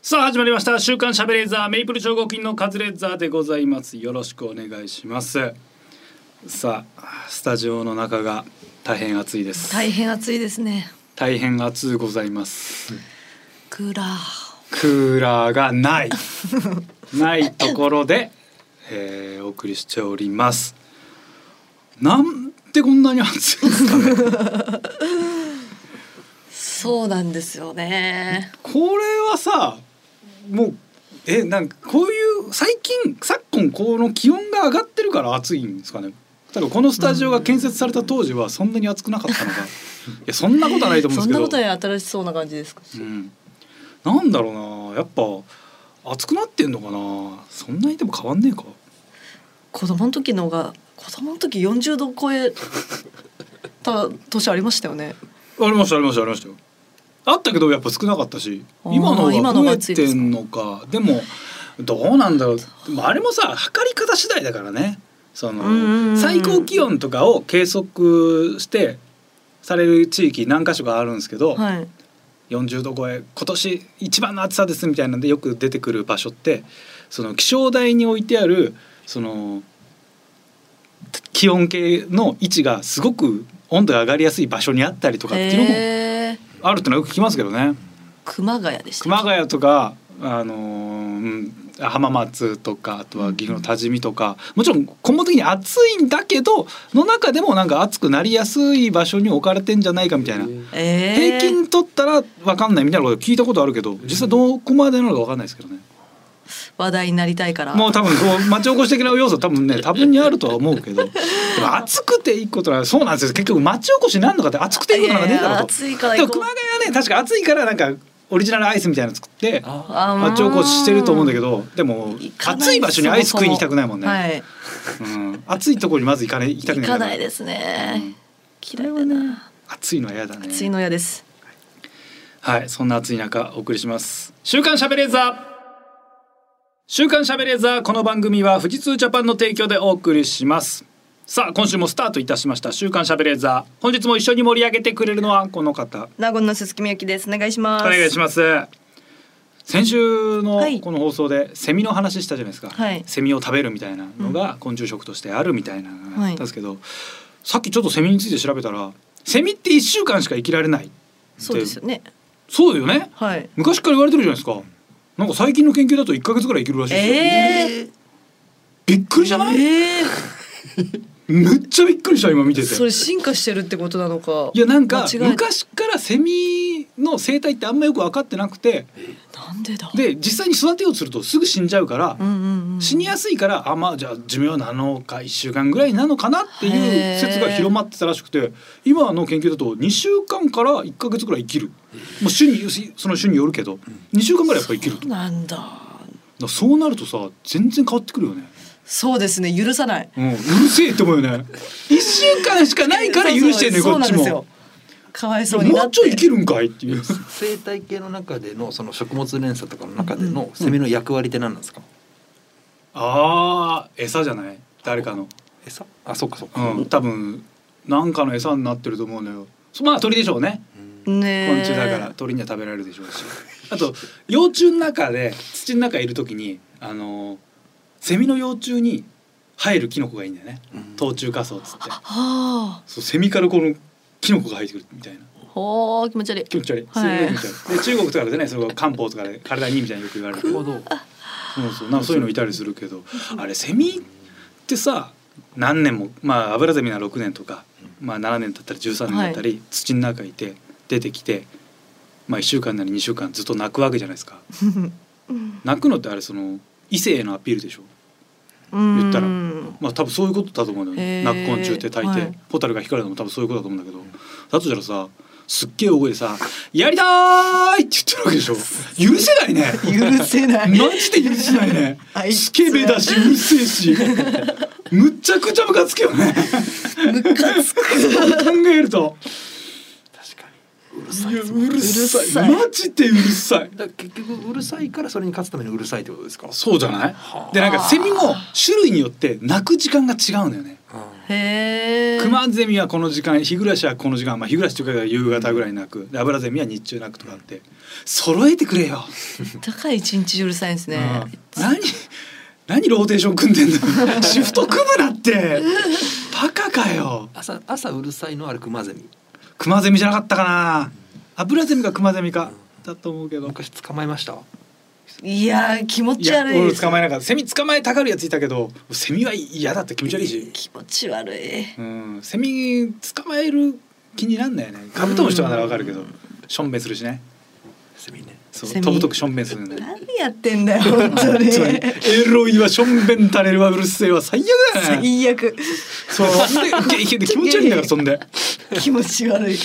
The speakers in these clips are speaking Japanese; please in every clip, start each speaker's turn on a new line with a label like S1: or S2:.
S1: さあ始まりました週刊シャベレーザーメイプル超合金のカズレーザーでございますよろしくお願いしますさあスタジオの中が大変暑いです
S2: 大変暑いですね
S1: 大変暑うございます
S2: クーラー
S1: クーラーがない ないところで、えーお送りしておりますなんでこんなに暑いんですかね
S2: そうなんですよね
S1: これはさもうえなんかこういう最近昨今この気温が上がってるから暑いんですかね例えばこのスタジオが建設された当時はそんなに暑くなかった のかいやそんなことはないと思うんで
S2: そ
S1: す
S2: ん
S1: け
S2: な
S1: ど
S2: ことに新しそうな感じですか、
S1: うん、なんだろうなやっぱ暑くなってんのかなそんなにでも変わんねえか
S2: 子供の時の方が子供の時40度超えた年ありましたよね
S1: ありましたありましたありましたよあったけどやっぱ少なかったし
S2: あー
S1: 今の
S2: 今
S1: 方
S2: の方
S1: が
S2: が
S1: 増
S2: 暑
S1: え
S2: いで
S1: て
S2: すか
S1: んのかでもどうなんだろうまああれもさ測り方次第だからねそ
S2: うんうんう
S1: の
S2: ん
S1: 最高気温とかを計測してされる地域何か所かあるんですけど、
S2: はい
S1: 40度超え今年一番の暑さですみたいなんでよく出てくる場所ってその気象台に置いてあるその気温計の位置がすごく温度が上がりやすい場所にあったりとかっていうのも
S2: えー、
S1: あるってのはよく聞きますけどね
S2: 熊谷でした
S1: 熊谷とか、あのーうん浜松とかあとは岐阜の多治見とかもちろん根本的に暑いんだけどの中でもなんか暑くなりやすい場所に置かれてんじゃないかみたいな、
S2: えー、
S1: 平均取ったら分かんないみたいなこと聞いたことあるけど実際どこまでなのか分かんないですけどね
S2: 話題になりたいから
S1: もう多分こう町おこし的な要素多分ね多分にあるとは思うけどでも暑くていいことはそうなんですよ結局町おこしになんのかって暑くていいことなんかねえだろうと。
S2: 暑いから
S1: で
S2: 行
S1: も
S2: こう
S1: 熊谷はね確か暑いからなんかオリジナルアイスみたいなの作って
S3: あ
S2: あ
S1: マッチおこししてると思うんだけど
S2: ど
S1: でも暑い場所にアイス食いに行きたくないもんね、
S2: はい
S1: うん、暑いところにまず行かない行きたく
S2: 行
S1: ない、
S2: かないですす
S1: うん
S2: ね、嫌いだな
S1: 暑いのは嫌だね
S2: 暑いの嫌です
S1: はいそんな暑い中お送りします週刊しゃべれーザー週刊しゃべれーザーこの番組は富士通ジャパンの提供でお送りしますさあ今週もスタートいたしました週刊しゃべれーザー本日も一緒に盛り上げてくれるのはこの方
S2: 名古屋の鈴木みゆきですお願いしま
S1: お
S2: す
S1: 願いします先週の
S2: はい
S1: この放送でセミの話したじゃないですか、
S2: はい
S1: セミを食べるみたいなのが昆虫食としてあるみたいなのがあったんですけど、さっきちょっとセミについて調べたらセミって1週間しか生きられない
S2: そうですよね
S1: そうだよね
S2: はい
S1: 昔から言われてるじゃないですかなんか最近の研究だと1ヶ月ぐらい生きるらしいですよ、
S2: えー、
S1: びっくりじゃない、
S2: えー
S1: めっちゃびっくりした今見てて
S2: それ進化してるってことなのか
S1: いやなんか
S2: 間違えた
S1: 昔からセミの生態ってあんまよく分かってなくて
S2: なんでだ
S1: で実際に育てようとするとすぐ死んじゃうから、
S2: うんうんうん
S1: 死にやすいからあまあじゃあ寿命なのか1週間ぐらいなのかなっていう説が広まってたらしくて今の研究だと2週間から1ヶ月ぐらい生きるもう種にその種によるけど2週間ぐらいやっぱ生きるとだか
S2: なんだ
S1: らそうなるとさ全然変わってくるよね、
S2: そうですね許さない
S1: うん、うるせえって思うよ ね1週間しかないから許してんね
S2: そう
S1: こ
S2: そう
S1: っち
S2: そうなん
S1: も
S2: ですよかわいそうに
S1: も
S2: な
S1: う
S2: っ
S1: ちょい
S2: て
S1: 生きるんかいっていう
S3: 生態系の中でのその食物連鎖とかの中でのセミの役割って何なんですか。
S1: あー餌じゃない誰かの
S3: 餌？あ、そっかそっか。
S1: うん多分なんかの餌になってると思うのよそまあ鳥でしょうね
S2: ねえ
S1: 昆虫だから鳥には食べられるでしょうしあと幼虫の中で土の中にいる時にあのーセミの幼虫に生えるキノコがいいんだよね
S3: うん
S1: 冬虫夏草っつって
S2: はあ
S1: そうセミからこのキノコが生えてくるみたいな
S2: ほー気持ち悪い
S1: 気持ち悪いすご
S2: はい
S1: い気持ち悪いで中国とかでねその漢方とかで体にいいみたいによく言われるけ
S3: なる
S1: ど
S3: ほど。
S1: そうそうなんかそういうのいたりするけどあれセミってさ何年もまあアブラゼミなら6年とか、まあ、7年だったり13年だったり、土の中にいて出てきて、まあ、1週間なり2週間ずっと泣くわけじゃないですか。泣くのってあれその異性へのアピールでしょ、 言
S2: 言
S1: ったらまあ、多分そういうことだと思うのよ
S2: へー
S1: 泣く昆虫って大抵、
S2: はい
S1: ホタルが光るのも多分そういうことだと思うんだけどだとしたらさすっげえ大声でさ「やりたーい!」って言ってるわけで しょ許せないね
S2: 許せない
S1: マジで許せ ないね
S2: あいつ
S1: スケベだしうるせえ しむっちゃくちゃムカつくよね
S2: ムカつく
S1: そう考えると
S3: 確かに。う
S1: い
S3: るさい。
S1: やうるさ
S2: うる
S1: い
S2: さい
S1: マジでうるさい
S3: だから結局うるさいからそれに勝つためのうるさいってことですか。
S1: そうじゃないでなんかセミも種類によって鳴く時間が違うんだよね
S3: あ
S2: へえ。
S1: クマゼミはこの時間日暮らしはこの時間、まあ、日暮らしというか夕方ぐらいなくでアブラゼミは日中なくとかあって揃えてくれよ、
S2: だから一日うるさいんですね。
S1: うん何何ローテーション組んでんだ シフト組むなってバカかよ
S3: 朝朝うるさいのはあれクマゼミ
S1: クマゼミじゃなかったかなアブラゼミかクマゼミかだと思うけど
S3: 昔捕まえました
S2: いやー気持
S1: い
S2: ち
S1: や
S2: 悪い
S1: 俺
S2: です。
S1: 捕まえなかったセミ捕まえたがるやついたけどセミは嫌だって気持ち悪いし、
S2: 気持ち悪い。
S1: うん、セミ捕まえる気になんないよねカブトムシとかならわかるけどしょんべんするしね
S3: セミね
S1: そう
S2: セミ
S1: 飛ぶとくしょんべんするね
S2: 何やってんだよ本当に。
S1: つまりエロいはしょんべん垂れるはうるせえは最悪だよね
S2: 最悪
S1: そうでいけで気持ち悪いんだからそん で
S2: 気持ち悪い。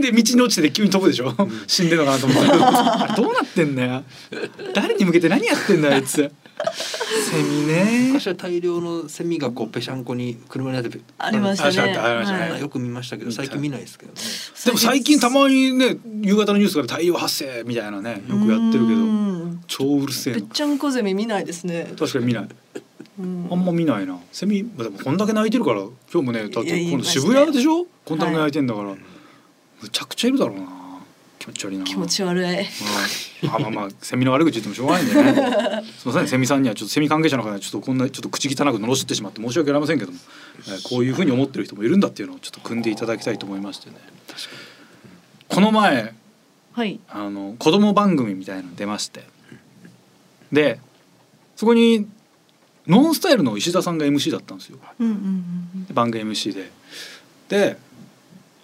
S1: で道に落ちてて急に飛ぶでしょ、死んでるのかなと思ったけどあ れどうなってんだよ誰に向けて何やってんだよあいつセミね
S3: 昔は大量のセミがこうぺしゃんこに車にあってて
S2: ありましたね。
S1: あありましたね
S2: は
S3: よく見ましたけど最近見ないですけどね
S1: でも最近たまにね夕方のニュースから大量発生みたいなねよくやってるけど
S2: ど。
S1: 超うるせえ
S2: ぺっ
S1: の
S2: ちゃんこゼミ見ないですね。
S1: 確かに見ない
S2: うん
S1: あんま見ないなセミまあでもこんだけ泣いてるから今日もねだっ
S2: いや
S1: て今
S2: 言い
S1: 度
S2: ましたね
S1: 渋谷でしょこんだけ泣いてんだから、むちゃくちゃいるだろうな気持ち悪いな
S2: 気持ち悪い。
S1: うんあまあまあセミの悪口言ってもしょうがないんで ねすいませんセミさんにはちょっとセミ関係者の方にちょっとこんなちょっと口汚く罵ってしまって申し訳ありませんけども、えーこういうふうに思ってる人もいるんだっていうのをちょっと組んでいただきたいと思いましてねこの前
S2: はい。
S1: あの子供番組みたいなの出ましてでそこにノンスタイルの石田さんが MC だったんですよ
S2: うんうんうん
S1: で番組 MC でで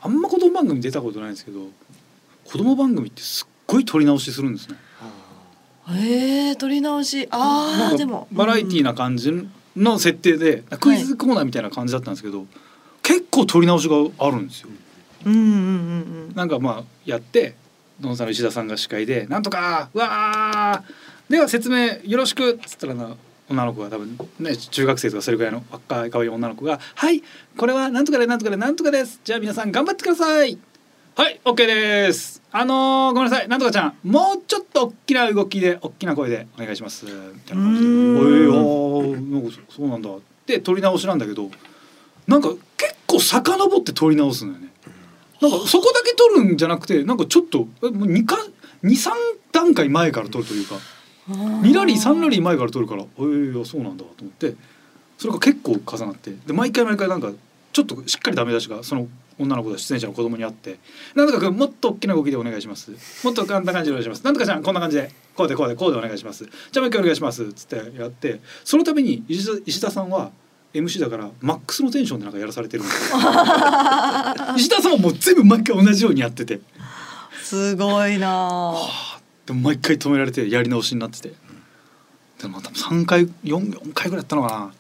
S1: あんま子供番組出たことないんですけど子供番組ってすっごい撮り直しするんですね
S2: うん。ええー、撮り直し。
S1: な
S2: あ
S1: ん
S2: あ
S1: か
S2: でも。
S1: バラエティー
S2: な。
S1: な感じの設定でクイズコーナーみたいな感じだったんですけど、結構撮り直しがあるんですよ
S2: うんうんうん
S1: なんかまあやってノンさんの石田さんが司会で「なんとかうわーでは説明よろしく」っつったらな女の子が多分ね中学生とかそれぐらいの若い可愛い女の子が「はいこれはなんとかでなんとかでなんとかですじゃあ皆さん頑張ってください」はい、オッケーです。あのーごめんなさい、なんとかちゃん、もうちょっと大きな動きで、大きな声でお願いします。みたいな感じで、
S2: うーん
S1: おいおー、なんかそうなんだ。で、撮り直しなんだけど、なんか結構遡って撮り直すのよね。なんかそこだけ撮るんじゃなくて、なんかちょっと、えもう二か、二三段階前から撮るというか。
S2: うん。
S1: 2ラリー3ラリー前から取るから「えー、いやそうなんだ」と思ってそれが結構重なってで毎回毎回なんかちょっとしっかりダメ出しがその女の子と出演者の子供にあって「なんとか君もっと大きな動きでお願いします」「もっと簡単な感じでお願いします」「なんとかちゃんこんな感じでこうでこうでこうでお願いします」「じゃあもう一回お願いします」っつってやってそのために石田石田さんは MC だからマックスのテンションでなんかやらされてるんですよ石田さんはもう全部毎回同じようにやってて。
S2: すごいなあ。
S1: でも毎回止められてやり直しになっててでも多分3回 4, 4回ぐらいやったのかな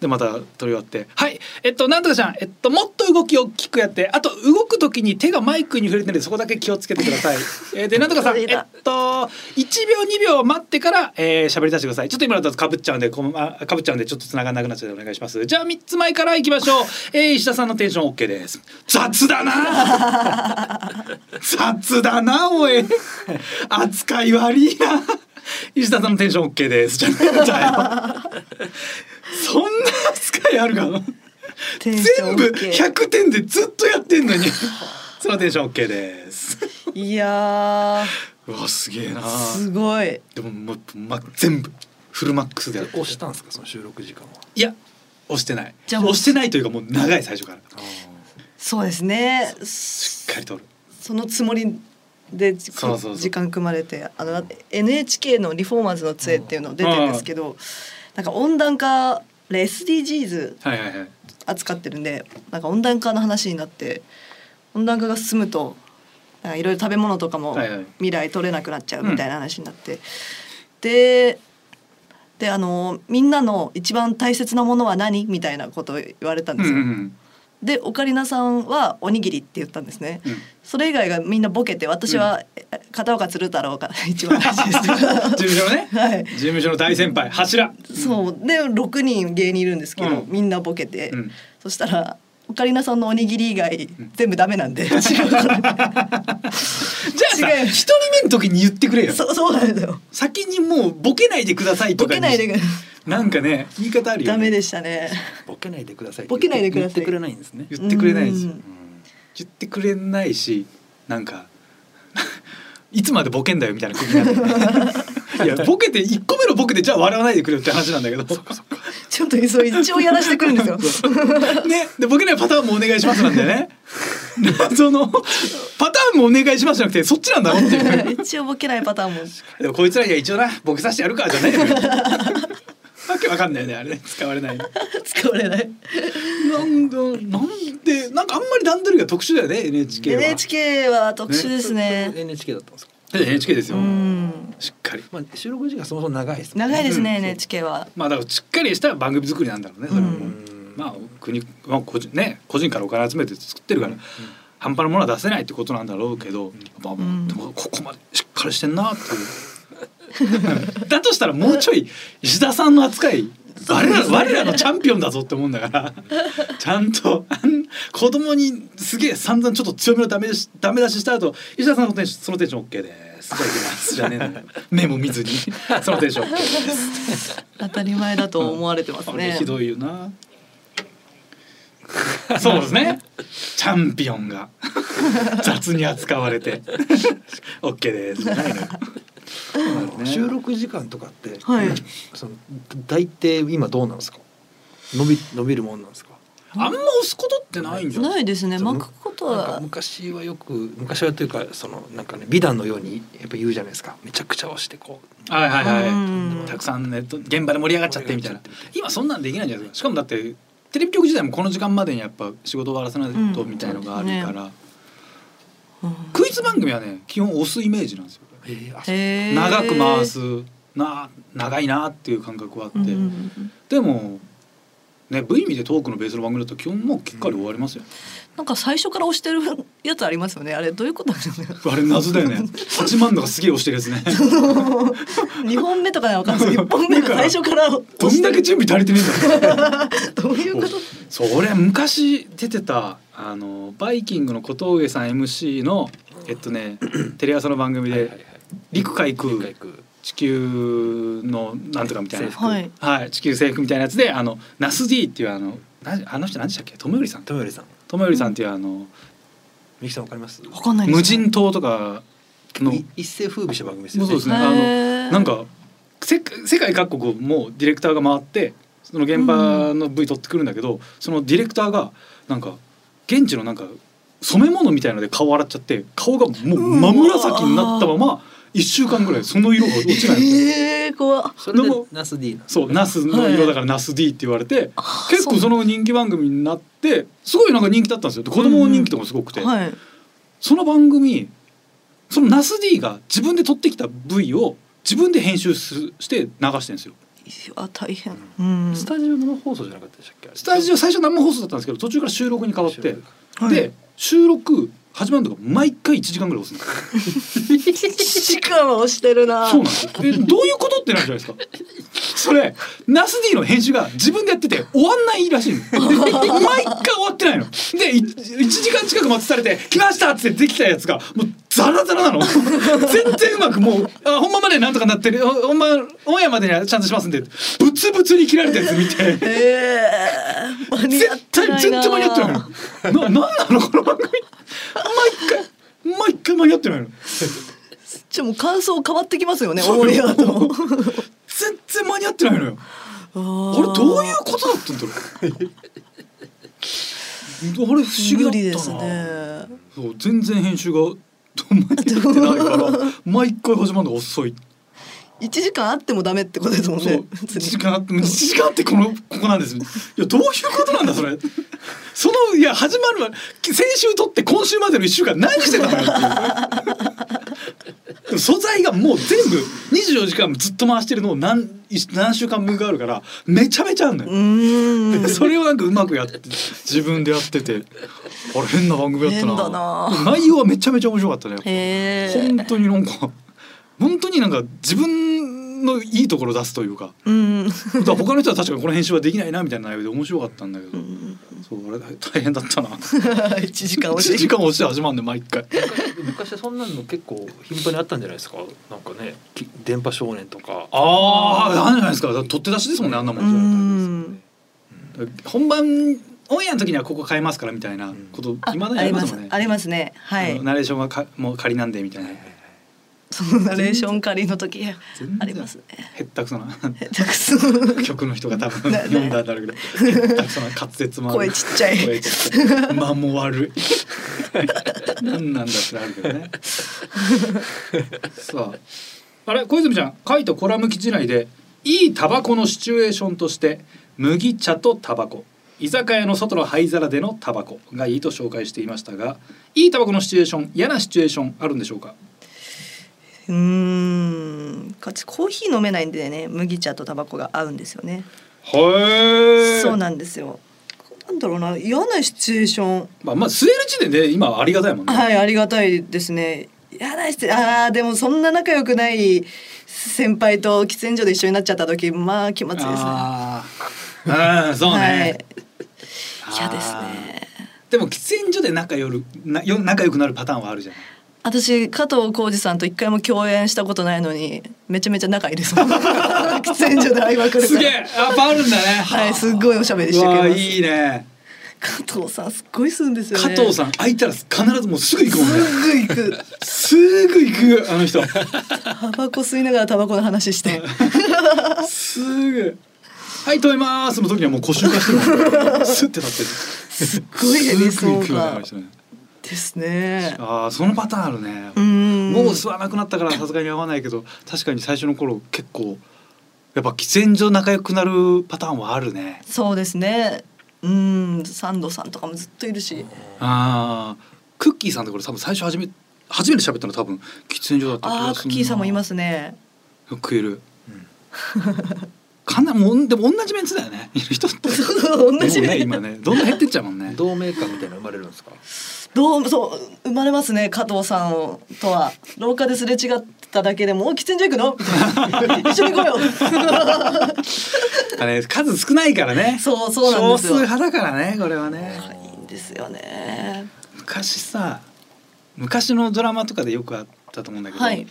S1: でまた取り終わって「はいえっとなんとかちゃん、えっと、もっと動きを大きくやってあと動く時に手がマイクに触れてるんでそこだけ気をつけてください」えーでなんとかさん
S2: 無
S1: えっ
S2: 理だ
S1: と1秒2秒待ってからえー喋、り出してくださいちょっと今だとかぶっちゃうんでこのあかぶっちゃうんでちょっと繋がんなくなっちゃうんでお願いしますじゃあ3つ前からいきましょう、えー、石田さんのテンション OK です雑だな雑だなお い扱い悪いな石田さんのテンション OK ですじゃないんだよそんな扱いあるかな
S2: テンショ
S1: 全
S2: ン
S1: 部
S2: OK
S1: 100点でずっとやってんのにそのテンション OK です
S2: いや
S1: うわすげえな
S2: ーすごい。
S1: でももう、ま、全部フルマックスでやって
S3: 押したんですかその収録時間はい
S1: や押してない
S2: じゃあもう
S1: 押してないというかもう長い最初から
S2: そうですね。
S1: しっかり取る
S2: そのつもりでじ
S1: そうそうそう
S2: 時間組まれてあの NHK の「リフォーマーズの杖」っていうの出てるんですけど、なんか温暖化で SDGs
S1: はいはいはい
S2: 扱ってるんでなんか温暖化の話になって温暖化が進むとなんかいろいろ食べ物とかも
S1: はいはい
S2: 未来取れなくなっちゃうみたいな話になって、でであのみんなの一番大切なものは何みたいなことを言われたん
S1: うん
S2: です
S1: う
S2: よ。
S1: んうん
S2: でオカリナさんはおにぎりって言ったんですね。
S1: うん
S2: それ以外がみんなボケて私は、え片岡鶴太郎が 一番大事です
S1: 事務所のね
S2: はい
S1: 事務所の大先輩柱
S2: そうで6人芸人いるんですけど、
S1: うん
S2: みんなボケて、
S1: うん
S2: そしたらオカリナさんのおにぎり以外
S1: ん
S2: 全部ダメな んで。違うから
S1: じゃあ
S2: 違
S1: さ
S2: う
S1: 一人目の時に言ってくれよ
S2: そうそうなんですよ。
S1: 先にもうボケないでくださいと
S2: ボ
S1: か
S2: ケ
S1: に
S2: ないでくださ
S1: なんかね言い方ある
S2: い。
S1: よ、ね、
S2: ダメでしたね。
S3: ボケないでください。
S2: ボケないでください
S3: 言ってくれないんですね。
S1: 言ってくれないです
S2: う
S1: よ
S2: ん
S1: 言ってくれないしなんか いつまでボケんだよみたいな空気にな っていやボケて一個目のボケでじゃあ笑わないでくれよって話なんだけど
S2: ちょっとそう一応やらしてくるんですよ。
S1: ねでボケないパターンもお願いしますなんだよ ねそのパターンもお願いしますじゃなくてそっちなんだろうっていう
S2: 一応ボケないパタ ーンも。
S1: でもこいつらには一応なボケさせてやるかじゃねえのよ わけわかんないよねあれね使われないの
S2: 使われない。
S1: なんだなんでなんかあんまり段取りが特殊だよね NHK は
S2: NHK は特殊ですね。
S3: NHK だったんですか。
S1: だって NHK です
S2: う
S1: よ
S2: ん。
S1: しっかり
S3: まあ収録時間そもそも長いですもんね。
S2: 長いですね、
S1: うん
S2: NHK は。
S1: まあだからしっかりした番組作りなんだろうねそれはもう
S2: う
S3: うん
S1: まあ国、まあ個人ね、個人からお金集めて作ってるから、半端なものは出せないってことなんだろうけど、やっぱ
S2: ん
S1: でもここまでしっかりしてんなっていう だとしたらもうちょい石田さんの扱い我ら我らのチャンピオンだぞって思うんだからちゃんとあん子供にすげえ散々ちょっと強めのダメ出しダメ出しした後石田さんのテンションそのテンション OK です。すごいいけますじゃねえ のよ目も見ずにそのテンション OK です。
S2: 当たり前だと思われてます
S1: これ
S2: ね。
S1: ひどいよな。 そうですね。チャンピオンが 雑に扱われて、オッケーです。じゃないのよ
S3: うん収録時間とかって、
S2: はい
S3: その大体今どうなんですか。伸び伸びるもんなんですか。
S1: あんま押すことってないんじゃない。
S2: ないですね。
S3: その
S2: 巻くこと
S3: なんか
S2: は。
S3: 昔はよく昔はというかそのなんかね美談のようにやっぱ言うじゃないですか。めちゃくちゃ押してこう。
S1: はいはいうは
S2: ん
S1: い。たくさんネット現場で盛り上がっちゃってみたいな
S3: 盛り上がっちゃってみ。
S1: 今そんなんできないんじゃないですか。しかもだってテレビ局自体もこの時間までにやっぱ仕事終わらせないとみたいのがあるから、
S2: うん
S1: クイズ番組はね基本押すイメージなんですよ。
S3: えーあ
S2: へー
S1: 長く回すな長いなっていう感覚はあって。
S2: うんうんうん
S1: でもね V 見てトークのベースの番組だと基本もうきっかり終わりますよ、
S2: なんか最初から押してるやつありますよね。あれどういうことなん ですかね。
S1: あれ謎だよね8万とかすげえ押してるですね
S2: 二本目とかなのかんないですけど。一本目の最初から
S1: ど
S2: 押
S1: ん
S2: して
S1: だけ
S2: る。
S1: 準備足りてねえんだろう
S2: どういうこと。
S1: そう俺昔出てたあのバイキングの小峠さん MC のえっとねテレ朝の番組
S3: はいはいは
S1: で
S3: い
S1: 陸海空
S3: 一回行く
S1: 地球のなんとかみたいな
S3: 制服
S2: はい。
S1: はい地球制服みたいなやつであのナス D っていうあのなあの人何でしたっけ友寄さん
S3: 富森さん、
S1: 友寄さんっていうあの、
S3: ミキさんわかります？
S2: わかんないです。
S1: 無人島とかの
S3: い一世風靡した番組ですよね。
S1: そうですねあの
S2: へー
S1: なん。かせ世界各国をもうディレクターが回ってその現場の V 撮ってくるんだけど、そのディレクターがなんか現地のなんか染め物みたいので顔洗っちゃって顔がもう真紫になったまま1週間ぐらいその色が落ちないの。
S2: ええ怖っ。
S3: それ
S1: で
S3: で
S1: も
S3: ナス D な
S1: そうナスの色だからナス D って言われて結構その人気番組になってすごいなんか人気だったんですよで子供の人気とかもすごくて、
S2: はい。
S1: その番組そのナス D が自分で撮ってきた V を自分で編集するして流してるんですよ。
S2: あ大変。うん。
S3: スタジオの放送じゃなかったでしたっけ？
S1: スタジオ最初生放送だったんですけど途中から収録に変わって、
S2: はい
S1: で収録始まるのが毎回1時間ぐらい押すんです
S2: しかも押してるな。
S1: そうなんですよえどういうことってなるじゃないですかそれナス D の編集が自分でやってて終わんないらしいの毎回終わってないので1時間近く待たされて「来ました!」っつってできたやつがもうザラザラなの全然うまくもうあ本番までなんとかなってるあ本番オンエアまでにはちゃんとしますんでブツブツに切られたやつ見て
S2: ええ間に合っ
S1: 絶
S2: て
S1: 対
S2: ないな。
S1: 全然間に合ってないの。な、なんなのこの番組。毎回、毎回間に合ってないの。
S2: ちょもう感想変わってきますよね。オンエ アと。
S1: 全然間に合ってないのよ。あ
S2: こ
S1: れ、どういうことだったんだろう。あれ、不思議
S2: 無理
S1: だ
S2: で
S1: っ
S2: す
S1: たな。
S2: ね。
S1: そう、全然編集が。止まってないから、毎回始まるの遅い。
S2: 一時間あってもダメってことですもん
S1: そ
S2: ね
S1: う。、
S2: 別
S1: 一
S2: に
S1: 時間あって、一時間あって、この、ここなんです。いや、どういうことなんだ、それ。 その、いや、始まるまで、先週撮って、今週までの一週間、何してたのよっていう。 でも素材がもう全部24時間ずっと回してるのを何何週間分があるからめちゃめちゃあるの
S2: う
S1: よ。
S2: ーん。
S1: それをなんかうまくやって自分でやっててあれ変な番組やったな
S2: 変だな
S1: 内容はめちゃめちゃ面白かったね
S2: へえ。
S1: 本当になんか本当になんか自分のいいところ出すというか
S2: うん。
S1: だから他の人は確かにこの編集はできないなみたいな内容で面白かったんだけど、そうあれ大変だった な
S2: 一時間押
S1: 1
S2: し
S1: 時間押して始まんね毎 回
S3: 昔はそんなの結構頻繁にあったんじゃないですかなんかねき電波少年とか
S1: ああなんじゃないですかだって取って出しですもんねあんなもん
S2: う
S1: じゃ
S2: ん
S1: 本番オンエアの時にはここ変えますからみたいなこと
S2: あ
S1: いまだに
S2: あ
S1: あ
S2: り
S1: りま
S2: ますす
S1: もんね
S2: ありますねは
S1: あ
S2: い
S1: のナレーションはかもう仮なんでみたいな
S2: そのナレーション借りの時
S1: 全然
S2: ありますね
S1: へったくそな
S2: たくさ ん
S1: 曲の人が多分
S2: ね
S1: 読んだんだろうけどへったくそな滑舌もあ
S2: 声
S1: る
S2: ちっちゃい
S1: 声ちっちゃい間も 悪い何なんだってあるけどねさああれ小泉ちゃん書いたコラム記事内でいいタバコのシチュエーションとして麦茶とタバコ居酒屋の外の灰皿でのタバコがいいと紹介していましたがいいタバコのシチュエーション嫌なシチュエーションあるんでしょうか
S2: うーんかつコーヒー飲めないんでね麦茶とタバコが合うんですよね
S1: へ
S2: そうなんですよなんだろうな嫌なシチュエーション
S1: まあまあ吸える時点で今はありがたいもんね、
S2: はいありがたいですね嫌なシチュエーションあーでもそんな仲良くない先輩と喫煙所で一緒になっちゃった時まあ気まずいですね
S1: ああ、うん、そうね。
S2: はい
S1: あー
S2: 嫌ですね。
S1: でも喫煙所で仲よるなよ仲良くなるパターンはあるじゃない。
S2: 私加藤浩二さんと一回も共演したことないのにめちゃめちゃ仲い いですもん喫煙所で会いまくるから
S1: すげえ、あ、パあるんだね。
S2: はいすっごいおしゃべりして
S1: う
S2: くれ
S1: わ
S2: ま
S1: あ、
S2: す
S1: いいね。
S2: 加藤さんすっごいするんですよ
S1: 加
S2: ね
S1: 藤さん、開いたら必ずもうすぐ行くもんね。
S2: すぐ行く
S1: すぐ行く、あの人。
S2: タバコ吸いながらタバコの話して
S1: すぐ。はい、止めますの時にはもう腰浮かしてる もんね。スって立ってる。
S2: すっごいヘビー
S1: すぐ
S2: そ
S1: 行
S2: う
S1: くよね、あ
S2: か
S1: の人ね。
S2: ですね
S1: ああ、そのパターンあるね。
S2: うん
S1: もう吸わなくなったからさすがに合わないけど確かに最初の頃結構やっぱ喫煙所仲良くなるパターンはあるね
S2: そうですねうんサンドさんとかもずっといるし
S1: あークッキーさんの頃多分最初初め初めて喋ったの多分喫煙所だった気がするな
S2: あークッキーさんもいますね
S1: よくいる、かなもんでも同じメンツだよねいる人って
S2: そう同じ
S1: でもね今ねどんどん減ってっちゃうもんね
S3: 同盟感みたいなの生まれるんですか
S2: どうそう生まれますね加藤さんとは廊下ですれ違っただけでも「お喫煙所行くの?」みたいな「一緒に 行こうよ」
S1: あれ数少ないからね
S2: そうそうなんですよ
S1: 少数派だからねこれはね
S2: いいんですよね
S1: 昔さ昔のドラマとかでよくあったと思うんだけど、
S2: はい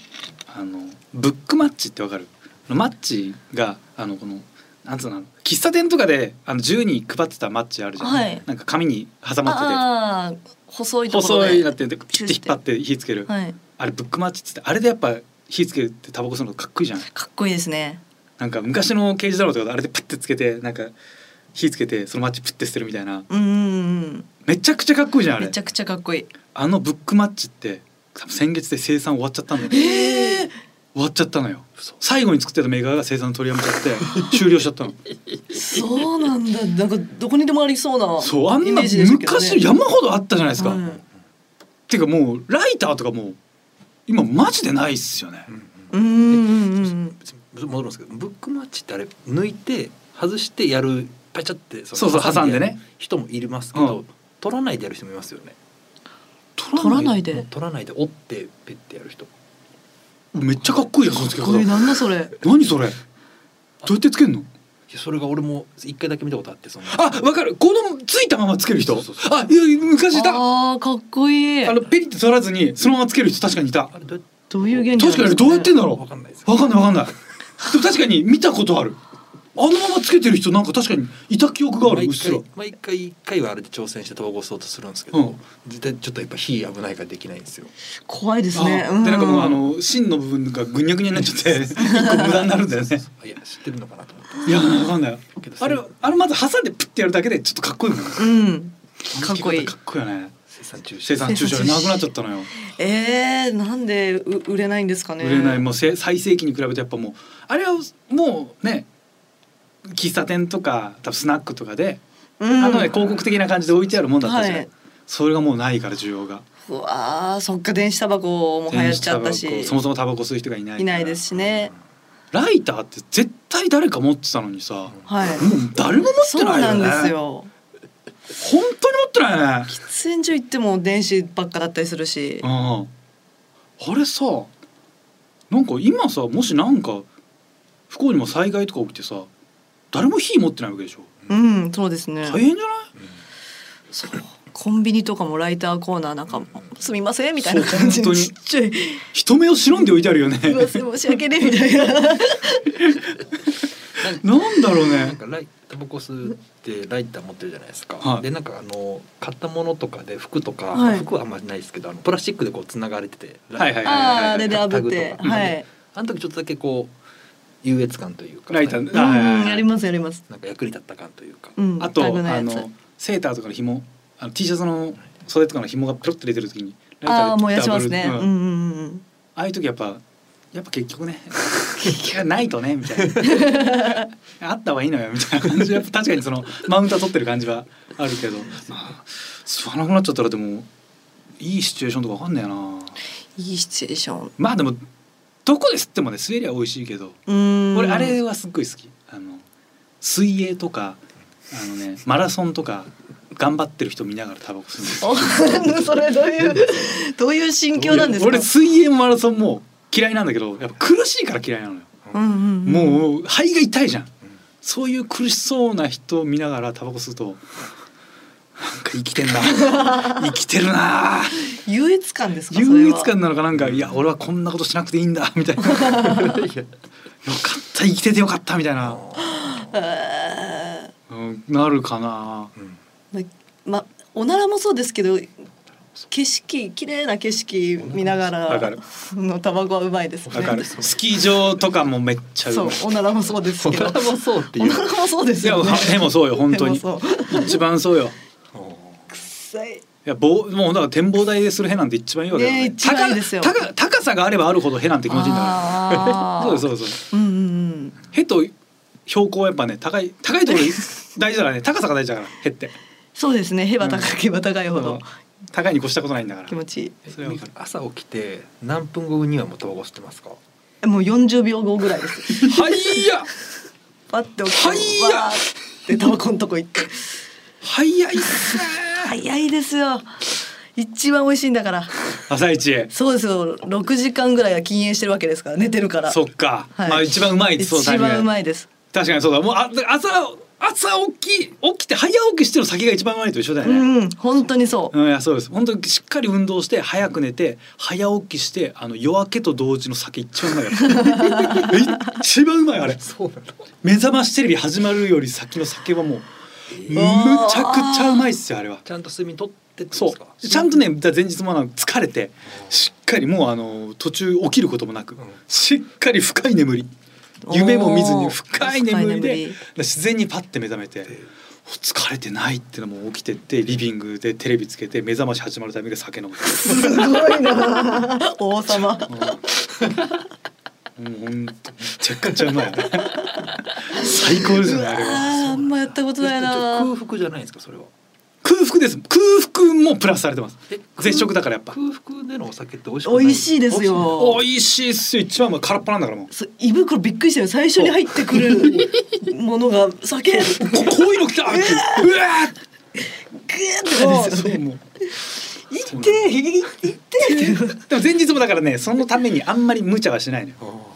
S1: あのブックマッチってわかるあのマッチがあのこのなんつうの喫茶店とかであの銃に配ってたマッチあるじゃん、
S2: はい
S1: なんか紙に挟まっ
S2: ああ細
S1: て
S2: い
S1: て
S2: ところで
S1: 細いなってでピ
S2: チ
S1: ッ
S2: ュー
S1: て
S2: して
S1: 引っ張って火つける、
S2: はい、
S1: あれブックマッチっつってあれでやっぱ火つけるってタバコ吸うのかっこいいじゃん
S2: かっこいいですね
S1: なんか昔の刑事ドラマとかであれでパッてつけてなんか火つけてそのマッチプッて捨てるみたいな
S2: うんうんうん
S1: めちゃくちゃかっこいいじゃんあれ
S2: めちゃくちゃかっこいい
S1: あのブックマッチって多分先月で生産終わっちゃったんだよ
S2: ええ
S1: 終わっちゃったのよ最後に作ってたメーカーが生産取りやめちゃって 終了しちゃったの
S2: そうなんだなんかどこにでもありそうな
S1: そうあん
S2: イ
S1: な
S2: メージでしたけどね
S1: 昔山ほどあったじゃないですか、
S2: はい
S1: ていうかもうライターとかもう今マジでないっすよね、
S2: うんうんうんうん
S3: 別に戻るんですけどブックマッチってあれ抜いて外してやるパチャってそ
S1: そうそう挟んでね
S3: やる人もいますけど、
S1: うん
S3: 取らないでやる人もいますよね
S2: 取らない
S3: も
S2: で
S3: う取らないで折ってペッてやる人
S1: めっちゃかっこいいじゃんそのつけ
S2: これ
S1: 方
S2: なんだそれ
S1: 何それどうやってつけんの
S3: いやそれが俺も一回だけ見たことあってその
S1: あわかるこのついたままつける人
S3: そうそうそ
S1: あいや昔いたあ
S2: あーかっこいい
S1: のペリって取らずにそのままつける人確かにいた
S3: あれどうやって
S2: どういう原理
S1: 確かにあれどうやってんだろう
S3: わかんないです
S1: わかんないわかんない。でも確かに見たことある。あのままつけてる人なんか確かにいた記憶がある。うっ
S3: 毎
S1: すら
S3: 回。毎回一回はあれで挑戦して統合そうとするんですけど、
S1: うん
S3: 絶対ちょっとやっぱ火危ないからできないんですよ
S2: 怖いですね
S1: あでなんかもうあ
S2: ん
S1: の芯の部分がぐにゃぐにゃになっちゃって一個無駄になる んだよね。
S3: あいや知ってるのかなと思って
S1: いやわかんない
S3: けど。そ
S1: あ
S3: れ
S1: れあれまず挟んでプッてやるだけでちょっとかっこいいもんね。
S2: うんかっこ
S1: あの
S2: い
S1: 弾き
S2: い
S1: 方かっこいいよね。
S3: 生産中
S1: 生
S3: 止
S1: 産中止あれなくなっちゃったのよ。
S2: えー、なんでう売れないんですかね
S1: 売れないも
S2: ん
S1: うせ最盛期に比べてやっぱもうあれはもうね喫茶店とか多分スナックとかで、
S2: うん
S1: あのね広告的な感じで置いてあるもんだったじゃん。
S2: はい
S1: それがもうないから需要が。
S2: うわーそっか電子タバコも流行っちゃった
S1: 電子タバ
S2: し
S1: コそもそもタバコ吸う人がいないから
S2: いないですしね
S1: ライターって絶対誰か持ってたのにさもう
S2: はい
S1: 誰も持っ
S2: そう
S1: てない
S2: な
S1: よ
S2: ん
S1: ね
S2: ですよ
S1: 本当に持ってないね
S2: 喫煙所行っても電子ばっかだったりするし
S1: うんあれさなんか今さもしなんか不幸にも災害とか起きてさ誰も火持ってないわけでしょ
S2: うんそうですね
S1: 大変じゃない、
S2: そうコンビニとかもライターコーナーなんかも「すみません」みたいな感じ
S1: そう
S2: の
S1: 本
S2: ち
S1: 当
S2: っちゃい
S1: 人目を忍んで置いてあるよね
S2: 「うわ申し訳ね」み たいな
S1: なんだろう
S3: なん
S1: ね
S3: かライタバコ吸ってライター持ってるじゃないですか、
S1: はい
S3: でなんかあの買ったものとかで服とか、
S2: はい
S3: 服はあんまりないですけどあのプラスチックでこうつながれてて、
S1: はいはいはい
S2: あーあれで炙って
S3: タグとか
S2: はい
S3: あの時ちょっとだけこう優越感というか
S1: ライターね
S3: なん
S2: う
S1: あはいはいはい
S2: んやりますやります
S3: か役に立った感 というか、
S2: うん
S1: あと
S2: タグの
S1: あ
S2: やつ
S1: のセーターとかの紐あの T シャツの袖とかの紐がペロッと出てる時にライター
S2: あ
S1: で
S2: あー燃やしますね
S1: ダ
S2: う
S1: ブ
S2: ん
S1: ルう
S2: う
S1: ん
S2: んうん
S1: ああいう時やっぱやっぱ結局 ね結局ないとねみたいなあった方がいいのよみたいな感じでやっぱ確かにそのマウントは取ってる感じはあるけどまあ吸わなくなっちゃったらでもいいシチュエーションとかわかんねえない
S2: いシチュエーション
S1: まあでもどこで吸ってもね滑りは美味しいけど
S2: うーん
S1: 俺あれはすっごい好きあの水泳とかあのねマラソンとか頑張ってる人見ながらタバコ吸うんですよ
S2: お それどういうどういう心境なんですか
S1: 俺水泳もマラソンも嫌いなんだけどやっぱ苦しいから嫌いなのよ、
S2: うんうんうん
S1: もう肺が痛いじゃんそういう苦しそうな人を見ながらタバコ吸うとなんか生きてん な生きてるな
S2: 優越感ですかそれは
S1: 優越感なのかなんかいや俺はこんなことしなくていいんだみたいなよかった生きててよかったみたいな、
S2: え
S1: うん、なるかな
S3: うん
S2: ーまおならもそうですけど景色綺麗な景色見なが
S1: わかる
S2: らのタバコはうまいですね
S1: わかるスキー場とかもめっちゃう
S2: そう
S1: まい
S2: おならもそうです
S3: 大
S2: けど
S3: 人もそうって
S2: お
S3: い う
S2: ならもそうで
S1: い
S2: す
S1: や
S2: よね
S1: でもそうよ本当に
S2: でも
S1: 一番そうよ
S2: そうはい
S1: いやぼうもうだから展望台でするへなんて一番いいわけだよね
S2: ねえ一番いいですよ
S1: 高高高さがあればあるほどへなんて気持ちいいんだか
S2: あ
S1: ら
S2: ー
S1: そうそうそう
S2: うんうん
S1: へと標高はやっぱね高い高いところ 大事だからね高さが大事だからへって
S2: そうですねへば高ければ高いほど
S1: 高いに越したことないんだから
S2: 気持ちいい
S1: それはわかる
S3: 朝起きて何分後にはもうタバコ吸ってますか
S2: えもう40秒後ぐらいです
S1: はいや
S2: パッて起き
S1: はい
S2: て
S1: や
S2: わーってタバコのとこ行って
S1: 早いっすね
S2: 早いですよ一番美味しいんだから
S1: 朝一へ
S2: そうですよ6時間ぐらいは禁煙してるわけですから寝てるから
S1: そっか、
S2: はい
S1: まあ一番うまい
S2: 一
S1: そうタイミング
S2: 番うまいです
S1: 確かにそうだもうあ朝朝起き起きて早起きしてる先が一番うまいと一緒だよ
S2: う
S1: ね、
S2: ん本当にそう
S1: うん、いやそうです本当にしっかり運動して早く寝て早起きしてあの夜明けと同時の酒一番うま いからえ一番うまいあれ
S3: そうなの
S1: 目覚ましテレビ始まるより先の酒はもうむちゃくちゃうまいっすよあれは
S3: ちゃんと睡眠取ってってこと
S1: そ
S3: ですか
S1: うちゃんとねだから前日もあの疲れてしっかりもうあの途中起きることもなく
S3: うん
S1: しっかり深い眠り夢も見ず
S2: お
S1: に
S2: ー
S1: 深い眠りで
S2: 深い眠り
S1: 自然にパッて目覚めてお疲れてないってのも起きてってリビングでテレビつけて目覚まし始まるタイミングで酒飲む。
S2: すごいな王様
S1: もうほんとめちゃくちゃうまいよね最高ですねあれは
S2: あーあんまやったことない
S3: えちょっと
S2: な
S3: 空腹じゃないですかそれは
S1: 空腹です空腹もプラスされてます
S3: え
S1: 絶食だからやっぱ
S3: 空腹でのお酒って美味しくな
S2: 美
S3: い
S2: 味しいですよ
S1: 美味しいっすよ一番は空っぽなんだからもう
S2: そう胃袋びっくりしてる最初に入ってく るものが酒グーって
S1: ここういうの来たってうわーって
S2: 感
S1: あー
S2: じです
S1: そ
S2: よ
S1: う
S2: ね
S1: もう
S2: 行って行って
S1: でも前日もだからねそのためにあんまり無茶はしないのよ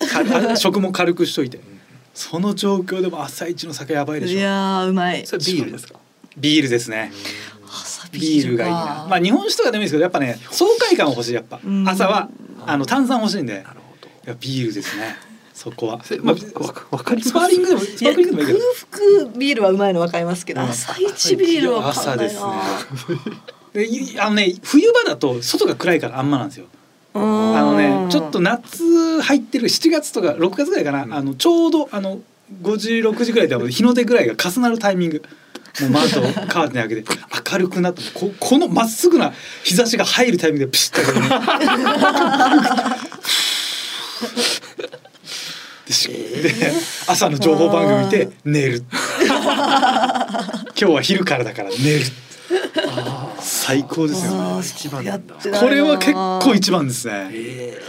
S3: あ
S1: か食も軽くしといてその状況でも朝一の酒やばいで
S2: い
S1: しょ
S2: やーうまい
S3: ーそれビールですか
S1: ビールですね
S2: 朝
S1: ビールがいいなまあ日本酒とかでもいいですけどやっぱね爽快感は欲しいやっぱ
S2: うん
S1: 朝はあの炭酸欲しいんで
S3: なるほど
S1: いやビールですね。そこは
S3: せ。
S1: ま
S3: わ
S1: あ、
S3: わかわかります
S1: スパーリングでもス
S2: い
S1: パ
S2: や
S1: ーリングでもいいけど。
S2: 空腹ビールはうまいの分かりますけど、
S1: うん
S2: 朝一ビールは分か
S1: 朝
S2: んな
S1: で
S2: い
S1: す
S2: な、
S1: ね。でいあのね冬場だと外が暗いからあんまなんですよ。
S2: あ
S1: あのねちょっと夏入ってる7月とか6月ぐらいかな、
S3: うん
S1: あのちょうどあの5時6時ぐらいで日の出ぐらいが重なるタイミング。もう窓をカーテン開けて明るくなってここのまっすぐな日差しが入るタイミングでピシッと開けてねでしで朝の情報番組見て寝る今日は昼からだから寝る
S3: あー
S1: 最高ですよ
S2: あー
S3: 一番なんだ
S2: そうやって
S1: これは結構一番ですね。
S3: え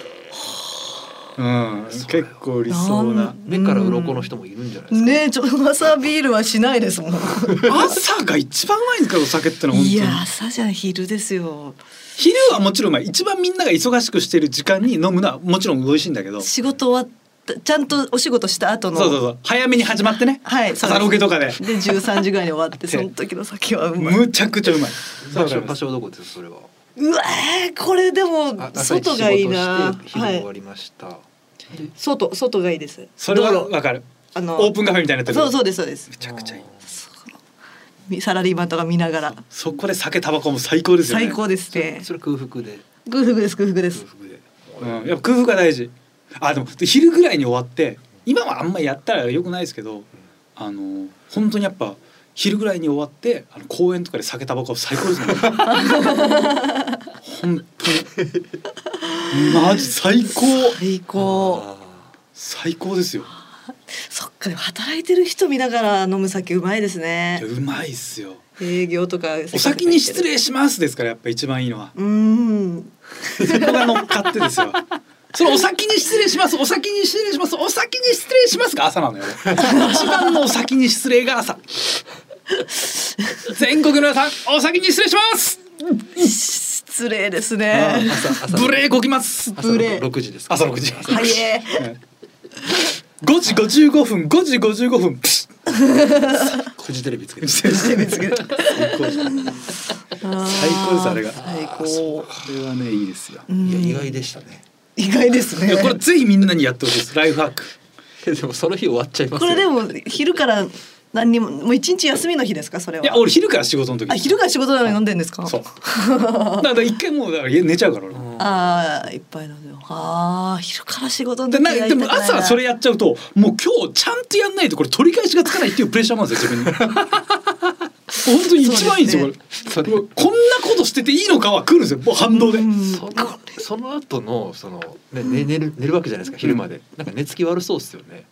S1: うん、結構理想な。
S3: ー目から鱗の人もいるんじゃないですか
S2: ねえちょっ と朝ビールはしないですもん
S1: 朝が一番うまいんですからお酒ってのは本
S2: い
S1: 当に
S2: や朝じゃん昼ですよ
S1: 昼はもちろんうまい一番みんなが忙しくしてる時間に飲むのはもちろん美味しいんだけど
S2: 仕事終わっちゃんとお仕事した後の
S1: そうそうそう早めに始まってね
S2: はいそうです
S1: 朝ロケとかで
S2: で13時ぐらいに終 わってその時の酒はうまい
S1: むちゃくちゃうまい
S3: 場所場所はどこですそれは。
S2: うわーこれでも
S3: あ朝一
S2: 外がいいな
S3: 仕事して昼
S2: は
S3: 終わ
S2: い
S3: りました。
S2: 外外がいいです
S1: それ
S2: 道
S1: は
S2: 路
S1: わかる
S2: あの
S1: オープンカフェみたいになってる
S2: そうそうですそうです
S1: めちゃくちゃいい
S2: みサラリーマンとか見ながら
S1: そこで酒タバコも最高ですよね
S2: 最高ですね
S3: それ空腹で
S2: 空腹です空腹で
S3: 空
S2: す
S3: 腹で。
S1: うん、やっぱ工夫が大事あでも昼ぐらいに終わって今はあんまやったらよくないですけどあの本当にやっぱ昼ぐらいに終わってあの公園とかで酒タバコ最高ですね本当にマジ最高
S2: 最高
S3: あ
S1: 最高ですよ
S2: そっか働いてる人見ながら飲む酒うまいです
S1: いや
S2: ね
S1: うまいっすよ
S2: 営業とか
S1: お先に失礼しますですからやっぱ一番いいのは
S2: うーん
S1: そこが乗っかってですよそれお先に失礼しますお先に失礼しますお先に失礼しますが朝なのよ俺一番のお先に失礼が朝全国の皆さんお先に失礼します
S2: 失礼ですね
S3: ー朝朝
S1: ブレーこきます
S3: 朝
S2: ブレー
S3: 六時ですか。
S1: 朝6時
S2: はいえ
S1: 5時55分5時55分プシ
S3: フジテレビつけて。
S1: ッ最高です
S2: 最
S1: あれが
S2: 最高
S1: これはねいいですよ
S2: うん
S3: いや意外でしたね。
S2: 意外です
S1: い
S2: ね
S1: やこれぜひみんなにやってほしいですライフハック
S3: でもその日終わっちゃいます
S2: こ
S3: よ。
S2: れでも昼から何にももう一日休みの日ですかそれはい
S1: や俺昼から仕事の時
S2: あ昼から仕事なのに飲んでんですか
S1: そうだから一回もうだから家寝ちゃうから俺
S3: うん。
S2: ああいっぱい飲んでるああ昼から仕事の
S1: で
S2: 時
S1: な
S2: は痛
S1: で
S2: く
S1: も
S2: ないな
S1: 朝それやっちゃうともう今日ちゃんとやんないとこれ取り返しがつかないっていうプレッシャーもあるんですよ自分 に。本当に一番いいんですよ
S2: そうで
S1: これもうこんなことしてていいのかは来るんですよもう反動で。
S2: うん
S3: そのその後のそのね寝寝る寝るわけじゃないですか昼まで、なんか寝つき悪そうっすよね。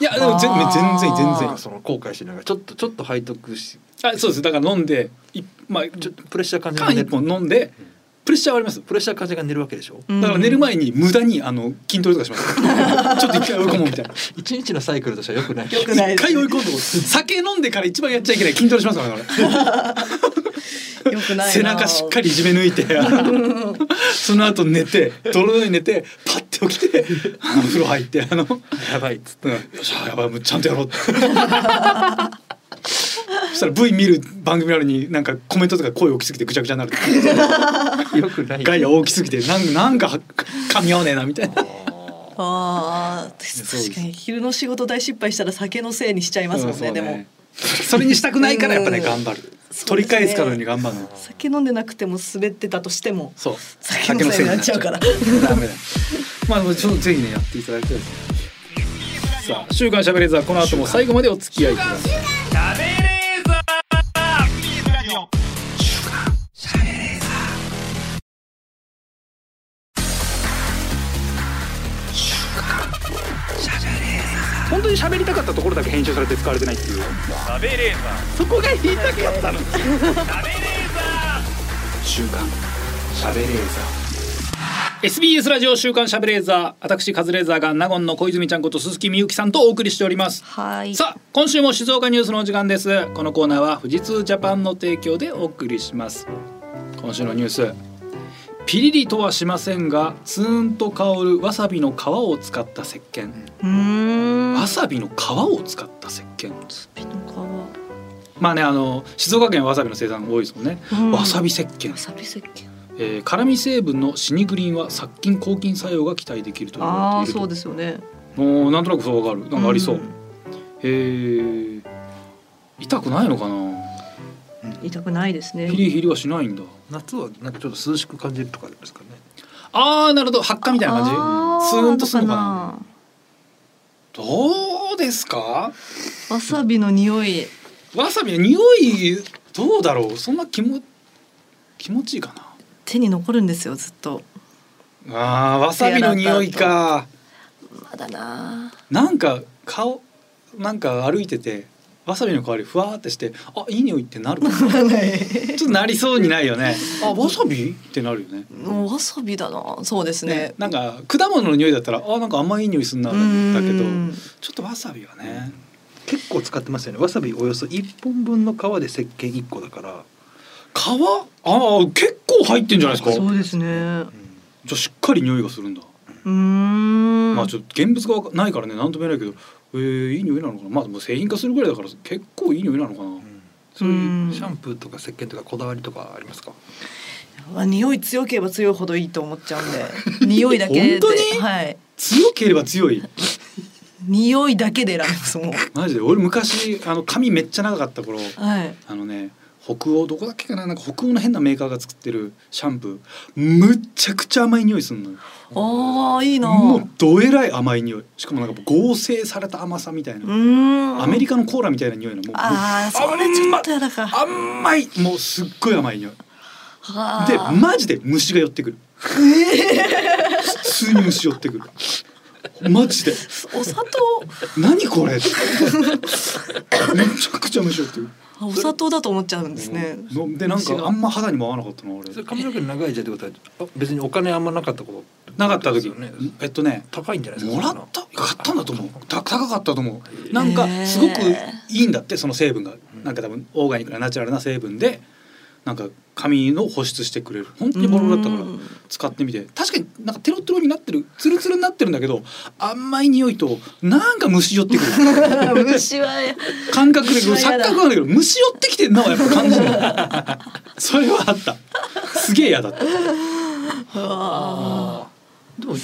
S1: いやでも全
S2: あー
S1: 全然全
S2: うん
S1: 然
S3: なんかその後悔しながらちょっとちょっと背徳し
S1: あそうですだから飲んでいまあ
S3: ち
S1: ち
S3: ょ
S1: ょ
S3: っとプレッシャー感じ
S1: 間
S3: ながら
S1: 一
S3: 寝
S1: 本飲んでプレッシャーはあります。
S3: プレッシャー感じながら寝るわけでしょ。
S2: うん
S1: だから寝る前に無駄にあの筋トレとかし ます。ちょっと一回追い込もうみたいな。
S3: 一日のサイクルとしては良くない。
S2: くない
S1: 一回追い込んでこう酒飲んでから一番やっちゃいけない筋トレしますからね俺。
S2: よくないな
S1: 背中しっかりいじめ抜い てその後寝て泥の上に寝てパッて起きてあの風呂入ってあの、
S3: やばいっつって。
S1: うん、よっしゃやばいもうちゃんとやろうって そしたら V 見る番組なのになんかコメントとか声大きすぎてぐちゃぐちゃになる
S3: 良く ない。
S1: ガイア大きすぎてなんなんかは噛み合わねえなみたいな
S3: あ
S2: ああ
S1: そうです
S2: 確かに昼の仕事大失敗したら酒のせいにしちゃいますもんね,、
S1: そうそう
S2: でも
S1: それにしたくないからやっぱね
S2: うん
S1: 頑張る、
S2: すね
S1: 取り返すかのように頑張るの
S2: 酒飲んでなくても滑ってたとしても
S1: そう
S2: 酒のせいになっちゃうから
S1: 酒のせいになっちゃうダメだまあでもちょっとぜひねやっていただきたいですねさあ「週刊しゃべれーザー」この後も最後までお付き合いください本当に喋りたかったところだけ編集されて使われてないっていうしゃべれーザー SBS ラジオ週刊しゃべれーザー私カズレーザーが納言の小泉ちゃんこと鈴木みゆきさんとお送りしております
S2: はい
S1: さあ今週も静岡ニュースのお時間ですこのコーナーは富士通ジャパンの提供でお送りします今週のニュースピリリとはしませんがツーンと香るわさびの皮を使った石鹸
S2: うーん
S1: わさびの皮を使った石鹸
S2: ピの
S1: まあねあの静岡県はわさびの生産多いですもんね、
S2: 皮、うん
S1: わさび石鹸
S2: わ、さび石鹸
S1: えー、辛味成分のシニグリンは殺菌抗菌作用が期待できると言
S2: あ
S1: わ
S2: あ
S1: れていると
S2: そうですよね
S1: おーなんとなくそうわかるなんかありそう、
S2: ん
S1: えー痛くないのかな
S2: 痛くないですね
S1: ヒリヒリはしないんだ
S3: 夏はなんかちょっと涼しく感じるとかですかね。
S1: あーなるほど発火みたいな感じ
S2: あ
S1: スーンとするのかな
S2: どうか
S1: どうですか
S2: なわさびの匂い
S1: わさびの匂いどうだろうそんな気も気持ちいいか
S2: 手に残るんですよずっと
S1: なあーわさびの匂いか
S2: まだな
S1: なんか顔なんか歩いててわさびの香りふわーってしてあいい匂いってな るかな
S2: ぁ
S1: ちょっとなりそうにないよねあわさびってなるよね
S2: もうわさびだなぁそうですね
S1: なんか果物の匂いだったらあなんか甘いい匂いすんな
S2: う
S1: だけど
S2: ん
S1: ちょっとわさびはね
S3: 結構使ってますよね。わさびおよそ一本分の皮で石鹸一個だから。
S1: 皮ああ結構入ってんじゃないですか
S2: そうですね
S3: うん
S1: じゃあしっかり匂いがするんだ
S3: うん
S2: うーん。
S1: まあちょっと現物がわかないからね何とも言えないけど、えー、いい匂いなのかなまあもう製品化するぐらいだから結構いい匂いなのかな、
S3: そういううんシャンプーとか石鹸とかこだわりとかありますか。
S2: まあ匂い強ければ強いほどいいと思っちゃうん で匂いだけで
S1: 本当に
S2: はい
S1: 強ければ強い
S2: 匂いだけで選びますもう
S1: マジで俺昔あの髪めっちゃ長かった頃
S2: はい
S1: あのね北欧どこだっけかななんか北欧の変なメーカーが作ってるシャンプーむっちゃくちゃ甘い匂いすんのよ
S2: ああいいな
S1: もうどえらい甘い匂いしかもなんか合成された甘さみたいな、
S2: うーん
S1: アメリカのコーラみたいな匂いのもう
S2: ああそれちょっとやだか
S1: 甘いもうすっごい甘い匂い
S2: は
S1: で
S2: あ
S1: マジで虫が寄ってくる普通に虫寄ってくるマジで
S2: お砂糖
S1: 何これってめちゃくちゃ虫寄ってくる
S2: あお砂糖だと思っちゃうんですね
S1: のでなんかあんま肌にも合わなかったな俺
S3: それ髪の毛長いじゃんってことはあ別にお金あんまなかったこと。
S1: なかった時、
S3: ですよね
S1: えっとね
S3: 高いんじゃないですか。
S1: もらった買ったんだと思うた高かったと思
S3: へ
S1: う
S3: ー
S1: なんかすごくいいんだってその成分がなんか多分オーガニックなナチュラルな成分でなんか髪を保湿してくれる本当にボロボロだったから
S2: うん
S1: 使ってみて確かになんかテロテロになってるツルツルになってるんだけど甘い匂いとなんか虫寄ってくる
S2: 虫は
S1: 感覚で
S2: 虫は
S1: 錯
S2: 嫌だ
S1: 覚なんだけど虫寄ってきてんなはやっぱ感じるそれはあったすげえ嫌だった
S2: あ
S3: あー。でも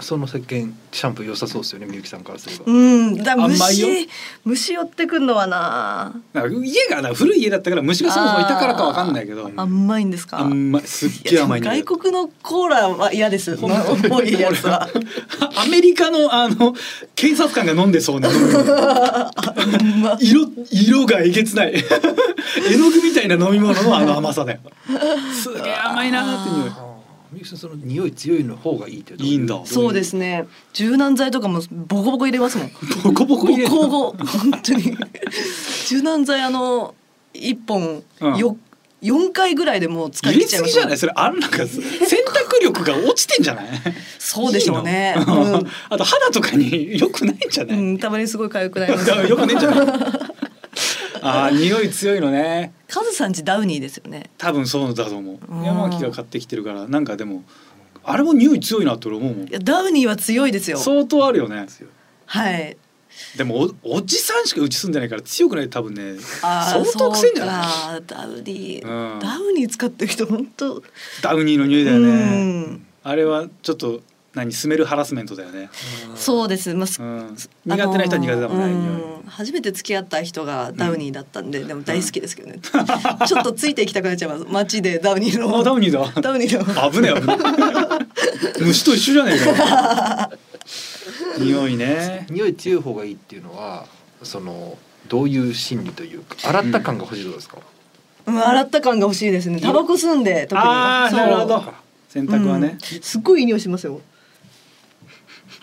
S3: その石鹸シャンプー良さそうですよねみゆきさんからすれば。
S2: うんだ
S1: 甘いよ
S2: 虫虫寄ってくんのはな
S1: なんか家がな古い家だったから虫がそもそもいたからかわかんないけど
S2: 甘いんですか
S1: あんまりすっ
S2: い
S1: げえ
S2: や
S1: 甘い匂いだった
S2: 外国のコーラは嫌です重いやつは
S1: アメリカのあの警察官が飲んでそう な
S2: ま
S1: 色色がえげつない 絵の具みたいな飲み物のあの甘さだよすげえ甘いなーって匂い
S3: あーみゆきさんその匂い強いの方がいいってどう
S1: いいんだ
S2: そうですね柔軟剤とかもボコボコ入れますもん
S1: ボコボ
S2: ボ
S1: コ入れる
S2: コボコ本当に柔軟剤あの一本
S1: うん
S2: よ四回ぐらいでもう使い
S1: 入
S2: 切
S1: れ
S2: っちゃい
S1: す
S2: ま
S1: ぎ
S2: す
S1: じゃないそれあんなんか選択力が落ちてんじゃない
S2: そうでしょうね
S1: いいの あと肌とかに良くないんじゃな
S2: う
S1: い、
S2: ん、うん、たまにすごい痒くなります
S1: よくねえんじゃ ないあー匂い強いのね
S2: カズさんちダウニーですよね
S1: 多分そうだと思
S2: うん
S1: う山木が買ってきてるからなんかでもあれも匂い強いなって俺思うもん
S2: いやダウニーは強いですよ
S1: 相当あるよね
S2: はい
S1: でもおおじさんしかうち住んでないから強くない多分ね
S2: あー
S1: 相当癖んじゃない
S2: そうかダウニー、
S1: うん
S2: ダウニー使ってる人本当
S1: ダウニーの匂いだよね
S2: うん
S1: あれはちょっと何スメルハラスメントだよね、
S2: そうです、まあす
S1: う、ん、苦
S2: あのー
S1: 手な人は苦手だもんね、
S2: う初めて付き合った人がダウニーだったんで、でも大好きですけ どね、ちょっとついていきたくなっちゃいます街でダウニー
S1: 匂いあ
S2: の
S1: ダウニー
S2: ダ
S1: だ
S2: ウニーの
S1: 危ねえ危ね え虫と一緒じゃねえかよ匂いね
S3: 匂い強い方がいいっていうのはそのどういう心理というか洗った感が欲しいってことですか、
S2: うん洗った感が欲しいですねタバコ吸うんで特に
S1: ああ
S2: そう
S1: なるほど洗濯はね、
S2: うんすっごいいい匂いしますよ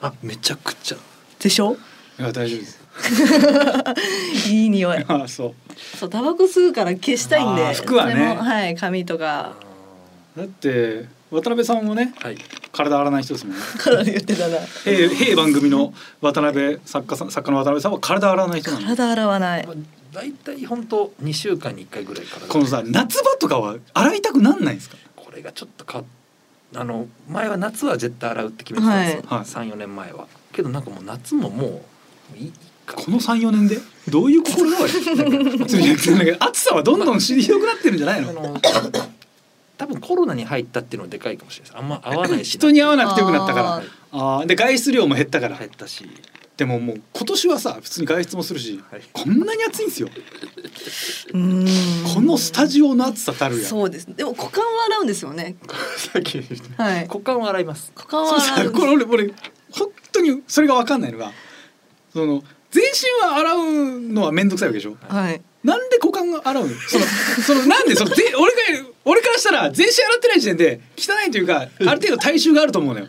S3: あめちゃくちゃ
S2: でしょ
S1: いや大丈夫です
S2: いい匂い
S1: あそう
S2: そうタバコ吸うから消したいん
S1: あー
S2: で
S1: 服はね
S2: それもはい髪とか
S1: だって渡辺さんもね
S3: はい
S1: 体洗わない人ですもんね
S2: から言ってたな
S1: へいへい番組の渡辺作家さん作家の渡辺さんは体洗わない人なの
S2: 体洗わない
S3: まあ、大体本当二週間に一回ぐらいから
S1: このさ夏場とかは洗いたくなんないんですか
S3: これがちょっとかあの前は夏は絶対洗うって決めてたんですよ、
S1: はいはい
S3: 三四年前はけどなんかもう夏ももういいか
S1: この34年でどういう心構えそれじゃなくてなんか暑さはどんどんひどくなってるんじゃない
S3: あ
S1: の
S3: の多分コロナに入ったっていうのはでかいかもしれないですあんま合わないし
S1: 人に会わ
S3: な
S1: なくてよくなったから
S2: あ
S1: あ
S2: ー
S1: あーで外出量も減ったから
S3: 入ったし
S1: でももう今年はさ普通に外出もするし、
S3: はい
S1: こんなに暑いんですよ
S2: うーん
S1: このスタジオの暑さたるやん
S2: そうですでも股間は洗うんですよね
S3: さっき
S2: はい
S3: 股間を洗います
S2: 股間は
S1: そう
S2: 洗
S1: さ
S2: う
S1: これ俺俺本当にそれが分かんないのがその全身は洗うのは面倒くさいわけでしょ
S2: はい
S1: なんで股間が洗うのその そのなんでそのぜ俺が俺からしたら全身洗ってない時点で汚いというかある程度体臭があると思うのよ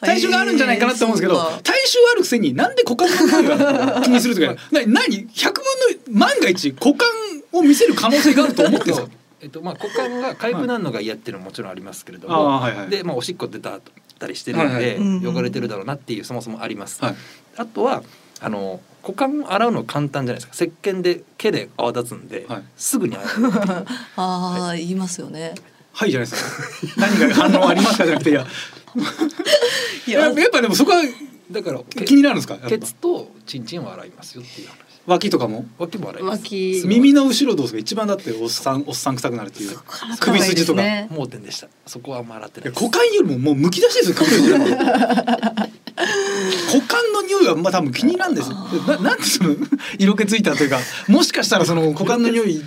S1: 体臭があるんじゃないかなと思うんですけど、
S2: えーそうか
S1: 体臭あるくせになんで股間が気にするとかな何百分の万が一股間を見せる可能性があると思って さ
S3: えっとまあ、股間が痒くなるのが嫌っていうのももちろんありますけれども、
S1: あーはいはい
S3: で、まあ、おしっこ出たたりしてるので、
S1: はいはい
S2: うんうん
S3: 汚れてるだろうなっていうそもそもあります、
S1: はい
S3: あとはあの股間を洗うの簡単じゃないですか石鹸で毛で泡立つんで、
S1: はい
S3: すぐ に洗う
S2: ああ、言いますよね。
S1: はいじゃないですか何か反応ありますかじゃなくていや
S2: い
S1: や
S2: や
S1: やっぱでもそこは
S3: だからケ
S1: 気になるんですかやっぱ
S3: ケツとチンチンは洗いますよっていう話
S1: 脇とかも
S3: 脇も洗います
S4: 脇
S3: すごい
S1: 耳の後ろどうですか一番だっておっさんおっさん臭くなるっていう
S2: から
S1: 首筋とか
S2: 辛い
S1: い
S2: ですね
S3: 盲点でしたそこはあんま洗ってな
S1: や
S3: いです
S1: 股間よりももうむき出しですよ首筋の股間の匂いはまあ多分気になるんですよななんでその色気ついたというかもしかしたらその股間の匂い
S3: い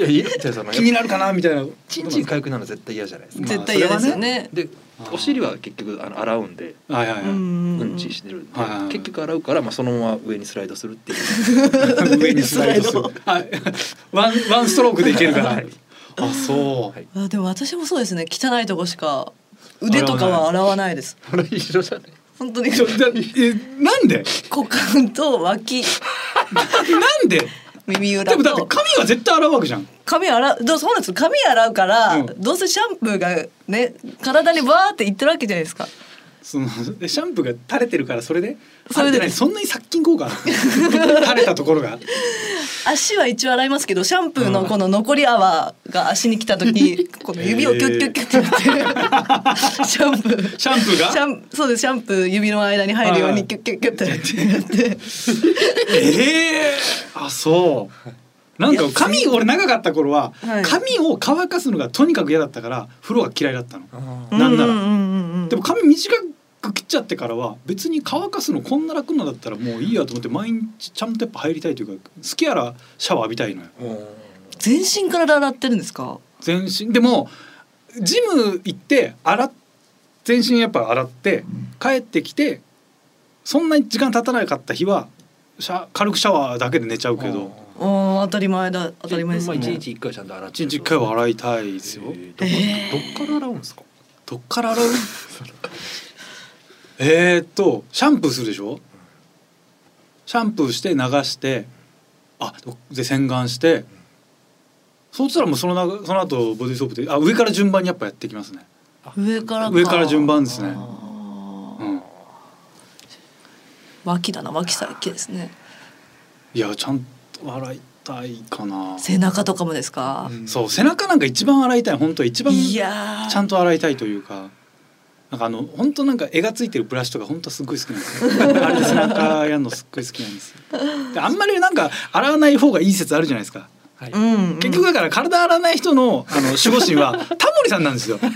S3: やいいってその
S1: 気になるかなみたいな
S3: チンチン痒くなるの絶対嫌じゃないですか
S2: 絶対嫌ですよね。
S3: で
S1: あー
S3: お尻は結局あの洗うんで
S1: はいはいは
S2: う
S1: い、
S2: ん
S3: うんちしてるんで、
S1: はいはいはい
S3: 結局洗うから、まあ、そのまま上にスライドするっていう
S1: 上にスライドするはいワンワンストロークでいけるから
S3: はい
S1: あそう、
S3: はい
S2: あでも私もそうですね汚いとこしか腕とかは洗わないです
S3: これ一緒じゃない
S2: 本当に
S1: ちょだえなんで
S2: 股間と脇
S1: なんで
S2: 耳
S1: で
S2: 裏
S1: もだって
S2: と
S1: 髪は絶対洗うわけじゃん
S2: 髪洗うどうそうなんですよ髪洗うから、
S1: うん
S2: どうせシャンプーがね体にバーっていってるわけじゃないですか
S1: そのでシャンプーが垂れてるからそれで
S2: それで
S1: あ何そんなに殺菌効果ある の垂れたところが
S2: 足は一応洗いますけどシャンプーのこの残り泡が足に来た時この指をキュッキュッキュッってやってシャンプー
S1: シャンプー
S2: シ
S1: が
S2: ャンそうですシャンプー指の間に入るよう
S1: は
S2: に
S1: い
S2: キュッキュッキュッってやって
S1: ええあそうなんか髪俺長かった頃は、
S2: はい
S1: 髪を乾かすのがとにかく嫌だったから風呂が嫌いだったの
S3: あ
S1: なんなら
S2: ううんうんうん
S1: でも髪短く切っちゃってからは別に乾かすのこんな楽なんだったらもういいやと思って毎日ちゃんとやっぱ入りたいというか好きやらシャワー浴びたいのよ
S2: 全身から洗ってるんですか
S1: 全身でもジム行って洗っ全身やっぱ洗って帰ってきてそんなに時間経たなかった日はシャ軽くシャワーだけで寝ちゃうけど
S2: うん当たり前だ当たり前です
S3: まあ、
S2: ね
S3: 一日一回ちゃんと洗って
S1: 一日一回は洗いたい
S3: い
S1: ですよ。
S3: どっからどっから洗うんですか
S1: どっから洗うえーっとシャンプーするでしょシャンプーして流してあどで洗顔してそうしたらもうそのなその後ボディーソープであ上から順番にやっぱやってきますね、
S2: 上から
S1: 上から順番ですね
S2: あ
S1: う
S2: ー
S1: ん、
S2: 脇だな脇先ですね
S1: いやちゃんと洗いたいかな
S2: 背中とかもですか、
S1: そう背中なんか一番洗いたい本当一番
S2: い
S1: ち
S2: やー
S1: ゃんと洗いたいというかなんかあの本当なんか絵がついてるブラシとか本当すっごい好きなんですよ あれで背中やるのすっごい好きなんですよであんまりなんか洗わない方がいい説あるじゃないですか
S3: はい、
S2: うんうん、
S1: 結局だから体洗わない人のあの守護神 はタモリさんなんですよタモ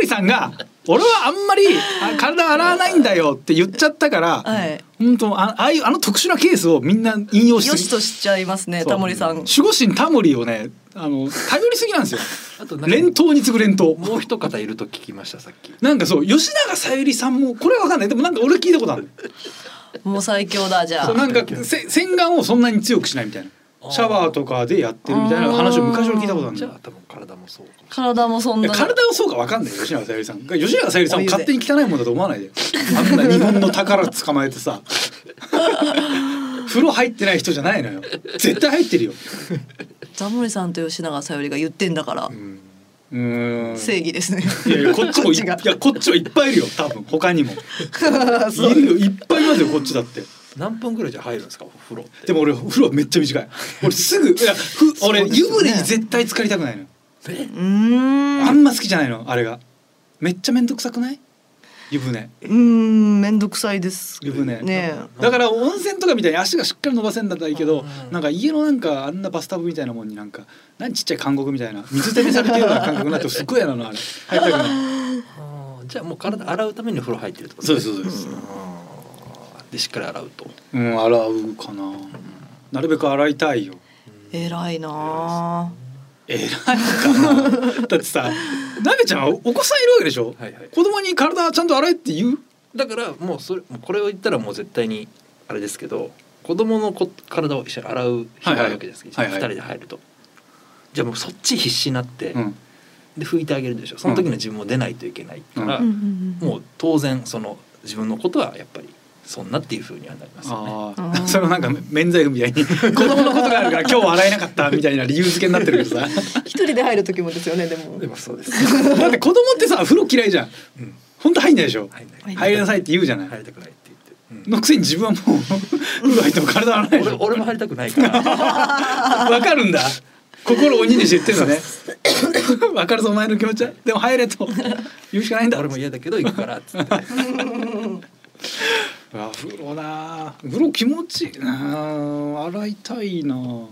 S1: リさんが俺はあんまりあ体洗わないんだよって言っちゃったから、
S2: はい
S1: 本当あああいうあの特殊なケースをみんな引用
S2: よ
S1: しすぎ
S2: しとしちゃいますね
S1: そう
S2: タモリさん
S1: 守護神タモリをねあの頼りすぎなんですよ
S3: あとなん
S1: 連
S3: か
S1: 投に次ぐ連投
S3: もう一方いると聞きましたさっき
S1: なんかそう吉永小百合さんもこれはわかんないでもなんか俺聞いたことある
S2: もう最強だじゃ
S1: そう
S2: あ
S1: なんかせ洗顔をそんなに強くしないみたい
S3: あ
S1: な
S3: ー
S1: シャワーとかでやってるみたいな話を昔俺聞いたことある
S3: じゃあ
S1: の
S3: 多分体もそうかもし
S2: 体もそん
S1: い
S2: な
S1: や体をそうかわかんないよ吉永小百合さんが吉永小百合さんを勝手に汚いもんだと思わないであんな日本の宝捕まえてさ風呂入ってない人じゃないのよ絶対入ってるよ
S2: タモリさんと吉永小百合が言ってんだから、
S3: れない、うん
S1: うーん
S2: 正義で すね
S1: いやいやこっちもいいやこっちはいっぱいいるよ多分他にもいるよいっぱいいますよこっちだって
S3: 何分ぐらいじゃ入るんですかお風呂って
S1: でも俺お風呂めっちゃ短い俺すぐいやふ俺
S2: そうです
S1: 湯
S2: よね
S1: 船に絶対浸かりたくないのよ
S3: え
S2: うーん
S1: あ
S2: うん
S1: ま好きじゃないのあれがめっちゃ面倒くさくない湯船
S2: ーんめんどくさいです
S1: 湯船
S2: ね
S1: だから温泉とかみたいに足がしっかり伸ばせんだったらいいけど
S3: うん
S1: なんか家のなんかあんなバスタブみたいなもんになんか何ちっちゃい監獄みたいな水攻めされてるような感覚になってすっごい嫌なのあれ入りたくない
S3: あーじゃあもう体洗うためにお風呂入ってるってこ と
S1: そうです
S3: ね
S1: そうです
S3: あーでしっかり洗うと
S1: うん洗うかななるべく洗いたいよ
S2: え偉いな
S1: 偉いかなだってさなべちゃんはお子さんいるわけでしょ、
S3: はいはい
S1: 子供に体ちゃんと洗えって言う
S3: だからもうそれもうこれを言ったらもう絶対にあれですけど子供のこ体を一緒に洗う日があるわけですけど、
S1: はいはい
S3: 2人で入ると、じゃあもうそっち必死になって、
S1: うん
S3: で拭いてあげるでしょその時の自分も出ないといけないから、
S2: あ、うんうんうん
S3: もう当然その自分のことはやっぱりそんなっていうふうにはなりますよね。
S1: あ
S2: う
S1: あ
S2: ん
S1: そのなんか免罪符みたいに子供のことがあるから今日は洗えなかったみたいな理由付けになってるけどさ
S2: 一人で入る時もですよねでも
S3: でもそうです。
S1: だって子供ってさ風呂嫌いじゃん
S3: うん、
S1: 本当入んないでしょ
S3: 入りた
S2: は
S3: く
S2: い
S3: ない
S1: 入りなさいって言うじゃない、
S3: 入りたくないって言って。
S1: のくせに自分はもう風呂入っても体洗わないでし
S3: 俺
S1: ょ
S3: 俺も入りたくないから。
S1: わかるんだ心を鬼にして言ってるのね分かるぞお前の気持ちはでも入れと言うしかないんだ
S3: 俺も嫌だけど行くからっつって
S1: あ風呂なあ風呂気持ちいいなあ洗いたいなあ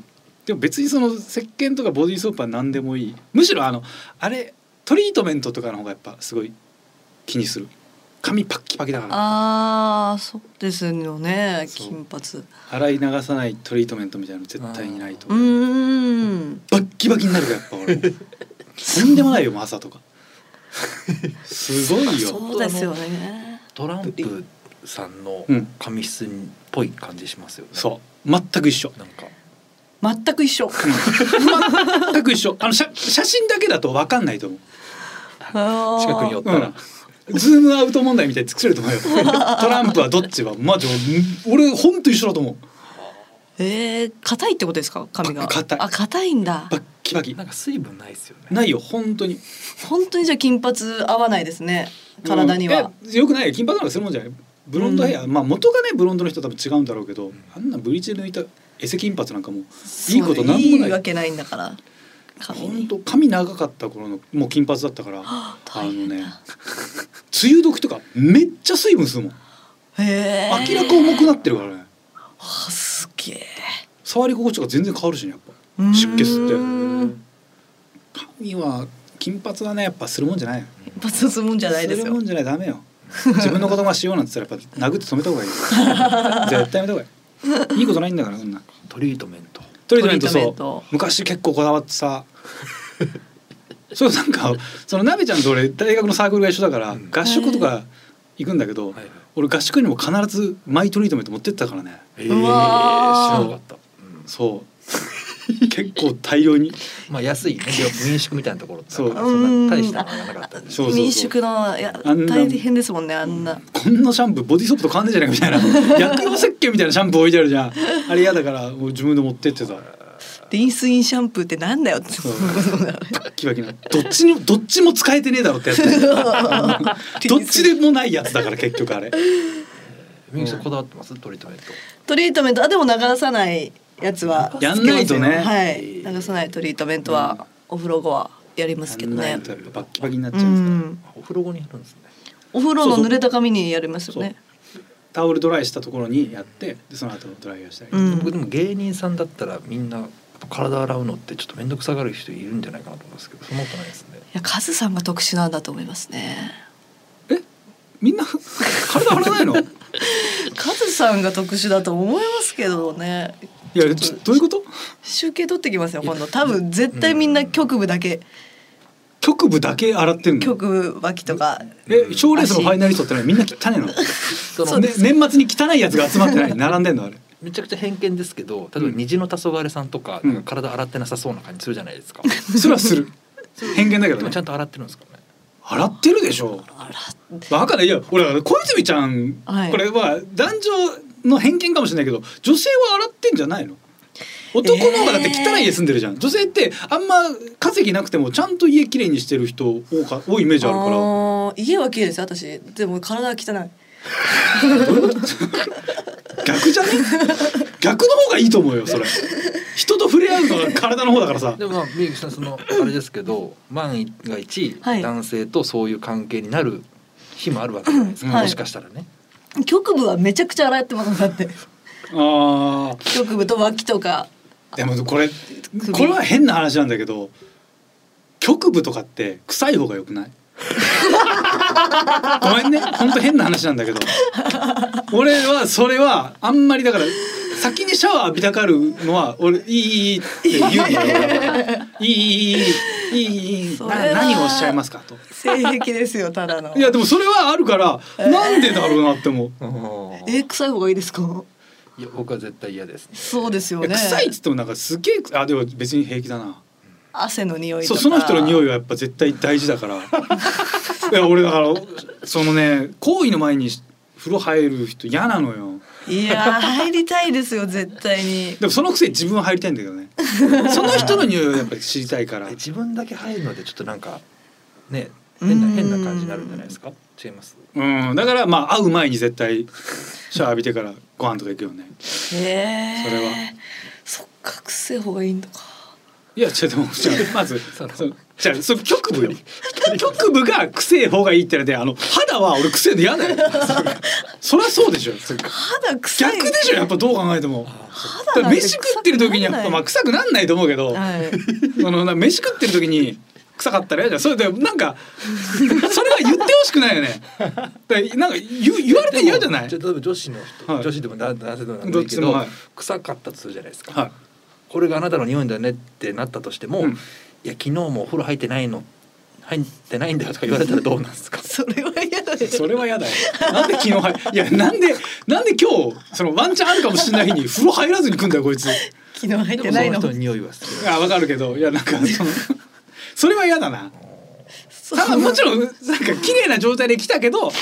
S1: でも別にその石鹸とかボディーソープは何でもいいむしろあのあれトリートメントとかの方がやっぱすごい気にする髪パッキパキだから
S2: ああそうですよね
S1: そう
S2: 金髪う
S1: 洗い流さないトリートメントみたいなの絶対にないと
S2: ーん
S1: バッキバキになるからやっぱ俺とんでもないよもう朝とかすごいよ
S2: そうですよね
S3: トランプさんの
S1: うん
S3: 髪質っぽい感じしますよね、
S1: そう全く一緒
S3: なんか
S2: 全く一緒
S1: 全く一緒あの写写真だけだと分かんないと思う
S3: 近
S2: 近
S3: くに寄ったら、
S1: うん、ズームアウト問題みたいに作れると 思うよトランプはどっちはマジ俺ほんと一緒だと思う
S2: ええ硬いってことですか髪が
S1: か硬い
S2: あ硬いんだ
S1: バッキバキ
S3: なんか水分ないですよね
S1: ないよ本当に
S2: 本当にじゃあ金髪合わないですね体には、
S1: うんいやよくないよ金髪なんかするもんじゃないブロンドヘア、まあ元がねブロンドの人多分違うんだろうけど、あんなブリーチで抜いたエセ金髪なんかもういいことなんもない
S2: そういいわけないんだから髪
S1: 本
S2: に
S1: 当髪長かった頃のもう金髪だったからあ
S2: あ
S1: の
S2: 大変だ
S1: ね梅雨時とかめっちゃ水分吸うもん
S2: へー
S1: 明らか重くなってるからね
S2: あすげえ
S1: 触り心地が全然変わるしねやっぱ
S2: うーん
S1: 出血って髪
S2: 金
S1: は金髪はねやっぱするもんじゃないよ
S2: 髪するもんじゃないです
S1: する
S2: よ
S1: もんじゃないダメよ自分の子供がしようなんて言ったらやっぱ殴って止めた方がいいよ 絶対やめた方がいいいいことないんだからそんな
S3: トリートメント
S1: トリートメント
S2: トリートメン
S1: そ
S2: ト
S1: う昔結構こだわってさそうなんかそのなべちゃんと俺大学のサークルが一緒だから、
S3: うん
S1: 合宿とか行くんだけど、
S3: はい
S1: 俺合宿にも必ずマイトリートメント持ってったからね
S3: えー、知ら
S2: う
S3: な
S2: わー
S3: かった、うん
S1: そう 結構大量に
S3: まあ安いねでも民宿みたいなところってなんか
S1: そうん
S3: な大したのがなかったんで
S1: そうそうそう
S2: 民宿のいや
S1: あんな
S2: 大変ですもんねあんな、
S1: こんなシャンプーボディソープと変わんねえじゃないかみたいな薬用石鹸みたいなシャンプー置いてあるじゃんあれ嫌だからもう自分で持ってってた
S2: リンスインシャンプーってなんだよって
S1: そうキバキなどっちにもどっちも使えてねえだろってやつね どっちでもないやつだから結局あれ
S3: 民宿こだわってますトリートメント
S2: トリートメントあでも流さないやつは
S1: やんないとね
S2: はい流さないトリートメントは、お風呂後はやりますけど
S1: やん
S2: ね
S1: ないとやっぱバッキバキになっち
S2: う
S1: ゃうんですから
S2: ん
S3: お風呂後にやるんですね
S2: お風呂の濡れた髪にやりますよね
S1: タオルドライしたところにやってでその後ドライヤーしたり、
S2: うん
S3: 僕でも芸人さんだったらみんな体洗うのってちょっと面倒くさがる人いるんじゃないかなと思うんですけどそんなことないですね
S2: いやカズさんが特殊なんだと思いますね
S1: みんな体張らないのい
S2: カズさんが特殊だと思いますけどね
S1: やちょどういうこと
S2: 集計取ってきますよ今度多分絶対みんな局部だけ
S1: 局部だけ洗ってんの
S2: 局部脇とか
S1: え賞レースのファイナリストってのはみんな汚いの
S3: そ
S2: そ
S3: の
S2: う
S1: ね
S2: です
S1: 年末に汚いやつが集まってない並んでんのあれ
S3: めちゃくちゃ偏見ですけど例えば
S1: うん
S3: 虹の黄昏さんとか,、
S1: うん
S3: なんか体洗ってなさそうな感じするじゃないですか、
S1: それはする偏見だけ
S3: で
S1: ど
S3: も
S1: ね
S3: ちゃんと洗ってるんですかね
S1: 洗ってるでしょ
S2: あら
S1: バカだいや俺は小泉ちゃん、
S2: はい
S1: これは男女の偏見かもしれないけど女性は洗ってんじゃないの男の方がだって汚い家住んでるじゃん、女性ってあんま稼ぎなくてもちゃんと家きれいにしてる人多か多いイメージあるから
S2: あー家は綺麗ですよ私でも体は汚い
S1: 逆じゃね逆の方がいいと思うよそれ人と触れ合うのが体の方だから さ
S3: でもまあみゆきさんそのあれですけど万が一、
S2: はい
S3: 男性とそういう関係になる日もあるわけじゃないですか、
S1: はい
S3: もしかしたらね
S2: 局部はめちゃくちゃ洗ってますだって
S1: あ
S2: 局部と脇と か
S1: ーでもこれこれは変な話なんだけど局部とかって臭い方が良くないごめんねほんと変な話なんだけど俺はそれはあんまりだから先にシャワー浴びたかるのは俺いいいいいいって言うんだよいいいいいいいいいいいい
S2: それは
S1: な何をおっしゃいますかと
S2: 性癖ですよただの
S1: いやでもそれはあるからなんでだろうなって思う
S2: え臭い方がいいですか
S3: いや僕は絶対嫌ですね
S2: そうですよ
S1: いや
S2: ね
S1: 臭いっつってもなんかすげえあでも別に平気だな
S2: 汗の匂いと
S1: そう
S2: か
S1: その人の匂い
S2: い
S1: はやっぱ絶対大事だ からいや俺だからそのね行為の前に風呂入る人嫌なのよ
S2: いやー入りたいですよ絶対 に
S1: でもそのくせ自分は入りたいんだけどねその人の匂いをやっぱり知りたいから
S3: え自分だけ入るのでちょっとなんかね変な
S2: うん
S3: 変な感じになるんじゃないですか違います
S1: うんだからまあ会う前に絶対シャワー浴びてからご飯とか行くよね
S2: へえ
S1: それは
S2: そっか臭い方がいいのか
S1: いや違うでもじゃあまずそのじゃあその局部よ局部が臭い方がいいってのであの肌は俺臭いの嫌だよそりゃそうでしょ
S2: 肌臭い
S1: 逆でしょやっぱどう考えてもだ
S2: 肌
S1: から
S2: なんて
S1: 飯食ってる時にやっぱまあ臭くなんないと思うけど、
S2: はい
S1: そのな飯食ってる時に臭かったら嫌じゃんそれでなんか それは言ってほしくないよねだからなんか言う言われて嫌じゃない
S3: ちょっと例えば女子の人、
S1: はい
S3: 女子でも男男性でもなんで
S1: ど
S3: も
S1: っ
S3: いい
S1: ち
S3: け
S1: で
S3: ど
S1: もはい
S3: 臭かったとするじゃないですか、
S1: は
S3: これがあなたの匂いだねってなったとしても、
S1: うん
S3: いや昨日もお風呂入ってないの入ってないんだよとか言われたらどうなんですか
S2: それは嫌だ
S1: いそれは嫌だよなんで昨日入いやなんでなんで今日そのワンチャンあるかもしれない日に風呂入らずに来んだよこいつ
S2: 昨日入ってないの
S3: でもその人の匂いは好きだ
S1: あわかるけどいやなんかそのそれは嫌だな
S2: そ
S1: ただもちろんなんか綺麗な状態で来たけど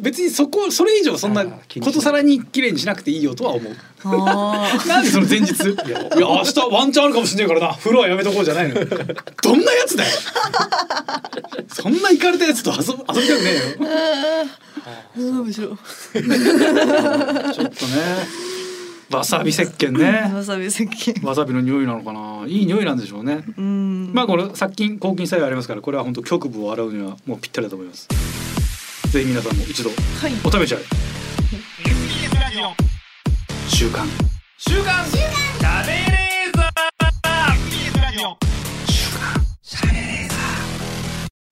S1: 別にそこそれ以上そんな
S3: あー気にしない
S1: ことさらに綺麗にしなくていいよとは思う
S2: あ ー
S1: なんでその前日 いや明日ワンチャンあるかもしれないからな風呂はやめとこうじゃないのよどんなやつだよそんなイかれたやつと遊ぶ遊びたくねえよ
S2: どうしよ
S1: ち
S2: う
S1: ょっとねわさび石鹸ね
S2: わさび石鹸
S1: わさびの匂いなのかないい匂いなんでしょうね
S2: うん
S1: まあこの殺菌抗菌作用ありますからこれは本当局部を洗うにはもうぴったりだと思いますぜひ皆さんも一度
S2: はい
S1: お試しあれ週刊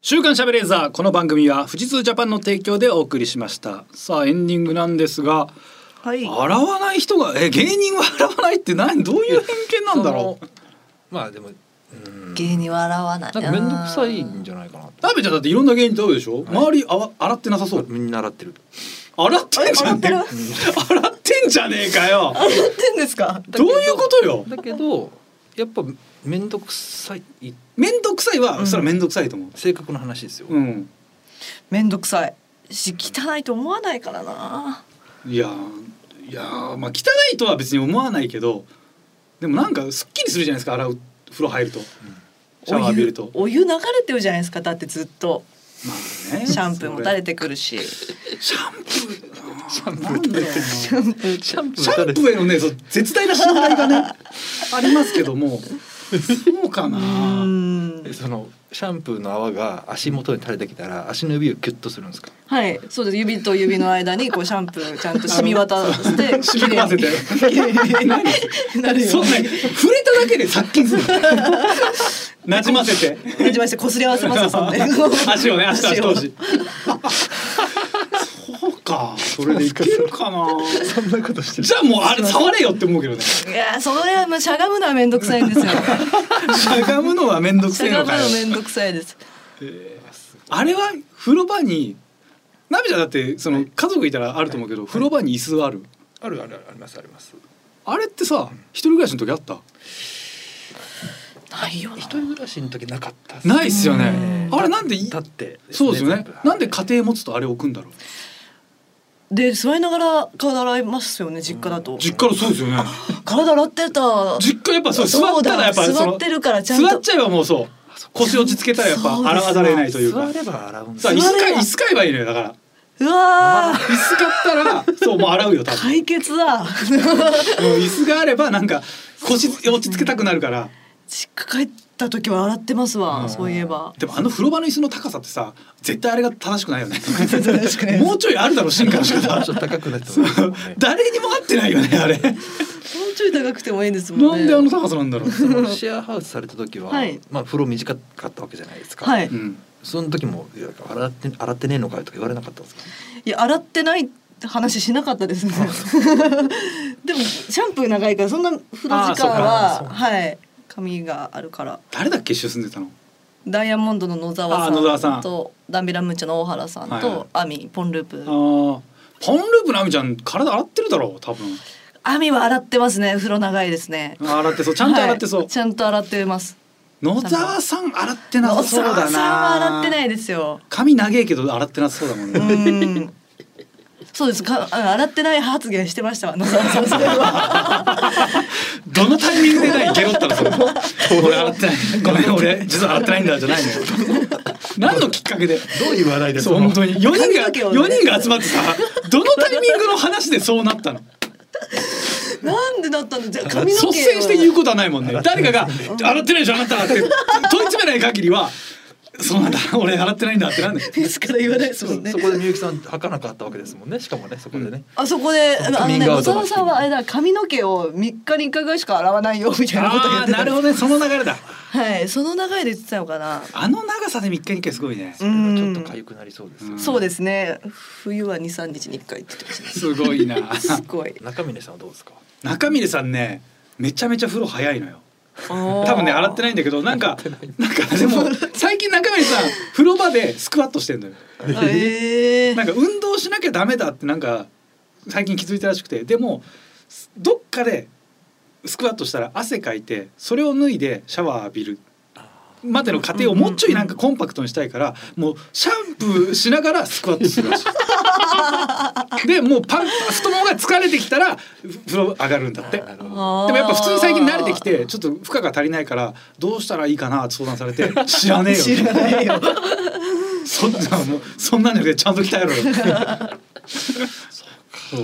S1: 週刊しゃべレーザーこの番組は富士通ジャパンの提供でお送りしましたさあエンディングなんですが
S2: はい
S1: 洗わない人がえ芸人は洗わないって何どういう偏見なんだろう
S3: そのまあでもうん
S2: 芸人は洗わない
S3: なんか面倒くさいんじゃないかなと
S1: ダメちゃんだっていろんな芸人と会うでしょ、周りあわ洗ってなさそう
S3: みんな洗ってる
S1: 洗ってんじゃ
S2: 洗ってる
S1: ね
S2: 洗っ
S1: え洗ってんじゃねえかよ
S2: てんですか
S1: どういうことよ
S3: だけどやっぱ面倒くさい
S1: 面倒くさいは、
S2: うん
S1: それは面倒くさいと思う
S3: 性格の話ですよ、
S1: うん
S2: 面倒くさいし汚いと思わないからない
S1: やーいやーまあ汚いとは別に思わないけどでもなんかすっきりするじゃないですか洗う風呂入るとシャワー浴びると
S2: お湯お湯流れてるじゃないですかだってずっと
S1: まあね
S2: シャンプーも垂れ
S1: て
S2: てくるし
S1: シャンプーシャンプ
S2: なんだよシャンプー
S3: シャンプ
S1: シャンプーへのねそう絶大な信頼 がねありますけどもそうかな
S2: うーん
S3: そのシャンプーの泡が足元に垂れてきたら足の指をキュッとするんですか
S2: はいそうです指と指の間にこうシャンプーちゃんと染み渡し て
S1: 染み込ませて
S2: 綺麗になるよ
S1: そん
S2: う
S1: な
S2: に
S1: 触れただけで殺菌する のなじませて
S2: なじましてこすり合わせますよそんで
S1: 足をね 足と足
S2: 足を
S1: 同士そうかそれでいけるかな
S3: そんなことして
S1: じゃあもうあれ触れよって思うけど ね
S2: いやーそれはもうしゃがむのは面倒くさい んですよ
S1: しゃがむのは面倒く
S2: し
S1: せえの
S2: ゃがむ
S1: かよ
S2: の面倒くさいです
S1: あれは風呂場にナビちゃんだってその家族いたらあると思うけど、風呂場に椅子ある
S3: あるあるありますあります
S1: あれってさ一人暮らしの時あった
S2: ないよな
S3: 一人暮らしの時なかったっす
S1: ないっすよね
S2: うん
S1: あれなんでい
S3: 立って
S1: そうですよね
S3: 全部はい
S1: なんで家庭持つとあれ置くんだろう
S2: で座りながら体洗いますよね実家だと
S1: 実家のそうですよね
S2: 体洗ってた
S1: 実家やっぱそう座
S2: そう
S1: ったらやっぱその
S2: 座ってるからちゃんと
S1: 座っちゃえばもうそう腰落ち着けたらやっぱ
S2: そうです
S1: 洗わざれないというか
S3: 座れば洗うんです
S1: さ
S3: よ
S1: あ椅
S2: 座
S1: 子
S2: れ
S1: 買い
S2: ば
S1: 椅子買えばいいのよだから
S2: うわー
S1: 椅子買ったらそうもう洗うよ多分
S2: 解決だ
S1: もう椅子があればなんか腰落ち着けたくなるから
S2: 実家帰った時は洗ってますわ、
S1: うん
S2: そういえば
S1: でもあの風呂場の椅子の高さってさ絶対あれが正しくないよね
S2: 確かにも
S1: もうちょいあるだろ進化の仕 方
S3: ちょっと高くなってま すもんね
S1: 誰にも合ってないよねあれな
S2: うちょい高くてもいいんですもんね
S1: んであの高さなんだろう、
S3: そのシェアハウスされた時は、
S2: はい
S3: まあ風呂短かったわけじゃないですか、
S2: はい、
S1: うん、
S3: その時もいや洗って洗ってねえのかよとか言われなかったんですか
S2: いや洗ってないって話しなかったですねでもシャンプー長いからそんな風呂
S1: あー
S2: 時
S1: そう
S2: 間
S1: かそう
S2: ははい髪があるから
S1: 誰だっけ一緒に住んでたの
S2: ダイヤモンドの野沢
S1: あー野沢
S2: さ
S1: さん
S2: んとダンビラムーチョの大原さ
S1: は
S2: ん
S1: いはい
S2: とアミポンループ
S1: あーポンループのあみちゃん体洗ってるだろう多分
S2: アミは洗ってますね風呂長いですね
S1: あー洗ってそうちゃんと洗ってそう、
S2: はいちゃんと洗ってます
S1: 野沢さん洗ってなさそうだな
S2: 野沢さんは洗ってないですよ
S1: 髪長えけど洗ってなさそうだもん
S2: う
S1: ね
S2: ーんそうですかあ洗ってない発言してましたわ野沢さんそれは
S1: どのタイミングでないゲロったらそれ俺洗ってないごめん俺実は洗ってないんだじゃないのよ何のきっかけで
S3: どういう話題で
S1: そう本当に4人
S2: 髪
S1: が
S2: の毛を
S1: 四
S2: ね
S1: 人が集まってさどのタイミングの話でそうなったの
S2: なんでだったんだじゃあ髪の
S1: 率
S2: 毛を
S1: 先して言うことはないもんね誰かが「洗ってないでしょあなた」って問い詰めない限りは「そうなんだ俺洗ってないんだ」ってなんで
S2: フェイスから言わないです
S3: そ
S2: もんね
S3: そこでみゆきさん履かなかったわけですもんねしかもねそこでね、
S2: あそこで
S3: そ
S2: あ
S3: うカ
S2: の
S3: ミン
S2: ね
S3: グアウ
S2: 長
S3: トが
S2: 田さんはあれだ髪の毛を三日に一回ぐらいしか洗わないよみたいなこと言っ
S1: ああ
S2: て
S1: ー
S2: た
S1: なるほどねその流れだ
S2: はいその流れで言ってたのかな
S1: あの長さで3日に1回すごいね
S3: それはちょっと痒くなりそうですよ、
S1: うん
S2: そうですね冬は二三日に一回って言ってまし
S1: すご いな
S2: たすごい
S3: 中峰さんはどうですか
S1: 中峰さんねめちゃめちゃ風呂早いのよ
S2: 多
S1: 多分ね洗ってないいんだけどなんかなんかで も最近中森さん風呂場でスクワットしてんの よ
S2: ええ
S1: なんか運動しなきゃダメだってなんか最近気づいたらしくてでもどっかでスクワットしたら汗かいてそれを脱いでシャワー浴びるまでの過程をもうちょいなんかコンパクトにしたいからもうシャンプーしながらスクワットするらし いでもうパン太ももが疲れてきたら風呂上がるんだって
S3: あーなるほど
S2: で
S1: でもやっぱ普通に最近慣れてきてちょっと負荷が足りないからどうしたらいいかなって相談され て知らねえよ
S2: 知らないよ
S1: そんなもうそんなんじゃなくてちゃんと鍛えろよそう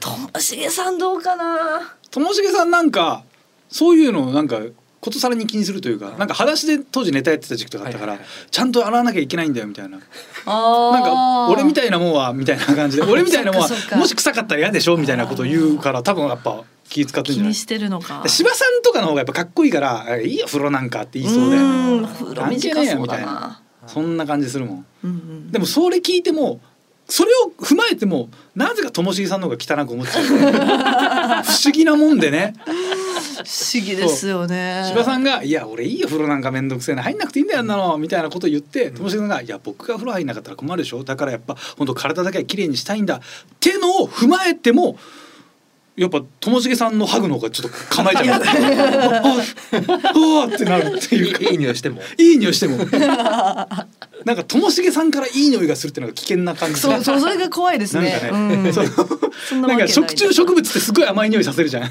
S2: ともしげさんどうかな
S1: ともしげさんなんかそういうのをなんかことさらに気にするというかなんか裸足で当時ネタやってた時期とかあったから、
S3: はいはいはい
S1: ちゃんと洗わなきゃいけないんだよみたいな
S2: あ
S1: なんか俺みた
S2: い
S1: いなもんはみたいな感じで俺みたいなもんは
S2: そっかそっか
S1: もし臭かったら嫌でしょみたいなことを言うから多分やっぱ気使って
S4: 気
S1: んじゃない
S4: にしてるのか
S1: 柴さんとかの方がやっぱかっこいいからえ「いいよ風呂なんか」って言いそうで
S2: うん風呂短そうだな
S1: そんな感じするもん
S2: うんうん
S1: でもそれ聞いてもそれを踏まえてもなぜかともしげさんの方が汚く思っちゃ う不思議なもんでね
S2: 不思議ですよね
S1: 柴さ
S2: ん
S1: んが「いや俺いいよ風呂なんかめんどくせえな入んなくていいんだよあんなの」みたいなことを言ってともしげさんが「いや僕が風呂入んなかったら困るでしょだからやっぱ本当体だけは綺麗にしたいんだ」ってのを踏まえてもやっぱともしげさんのハグの方がちょっと構えちゃうあああってなるっていうか
S3: いい匂いしても
S1: いい匂いしてもなんかともしげさんからいい匂いがするっていうのが危険な感じが
S2: そうそうそれが怖いですね
S1: なんかね
S2: うん
S1: そう
S2: そんな
S1: な
S2: わ
S1: んか
S2: けない
S1: 食虫植物ってすごい甘い匂いさせるじゃん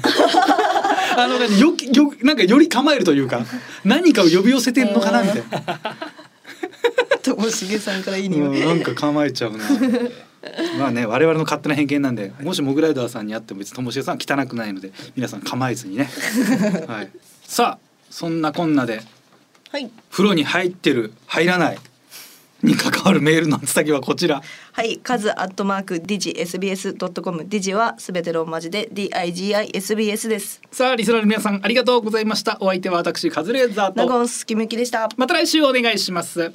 S1: あの何よきよなんかより構えるというか何かを呼び寄せてんのかなみたいな、
S2: ともしげさんからいい
S1: うん
S2: 匂い
S1: なんか構えちゃうなまあね我々の勝手な偏見なんでもしモグライダーさんに会っても別にともしげさんは汚くないので皆さん構えずに ね、はい、さあそんなこんなで
S2: はい
S1: 風呂に入ってる入らないに関わるメールの宛先はこちら
S2: はい、カズアットマークディジ SBS ドットコムディジはすべてローマ字で D I G I S B S です。
S1: さあリスナーの皆さんありがとうございましたお相手は私カズレーザー
S2: ナ
S1: と
S2: ゴンスキムキでした。
S1: また来週お願いします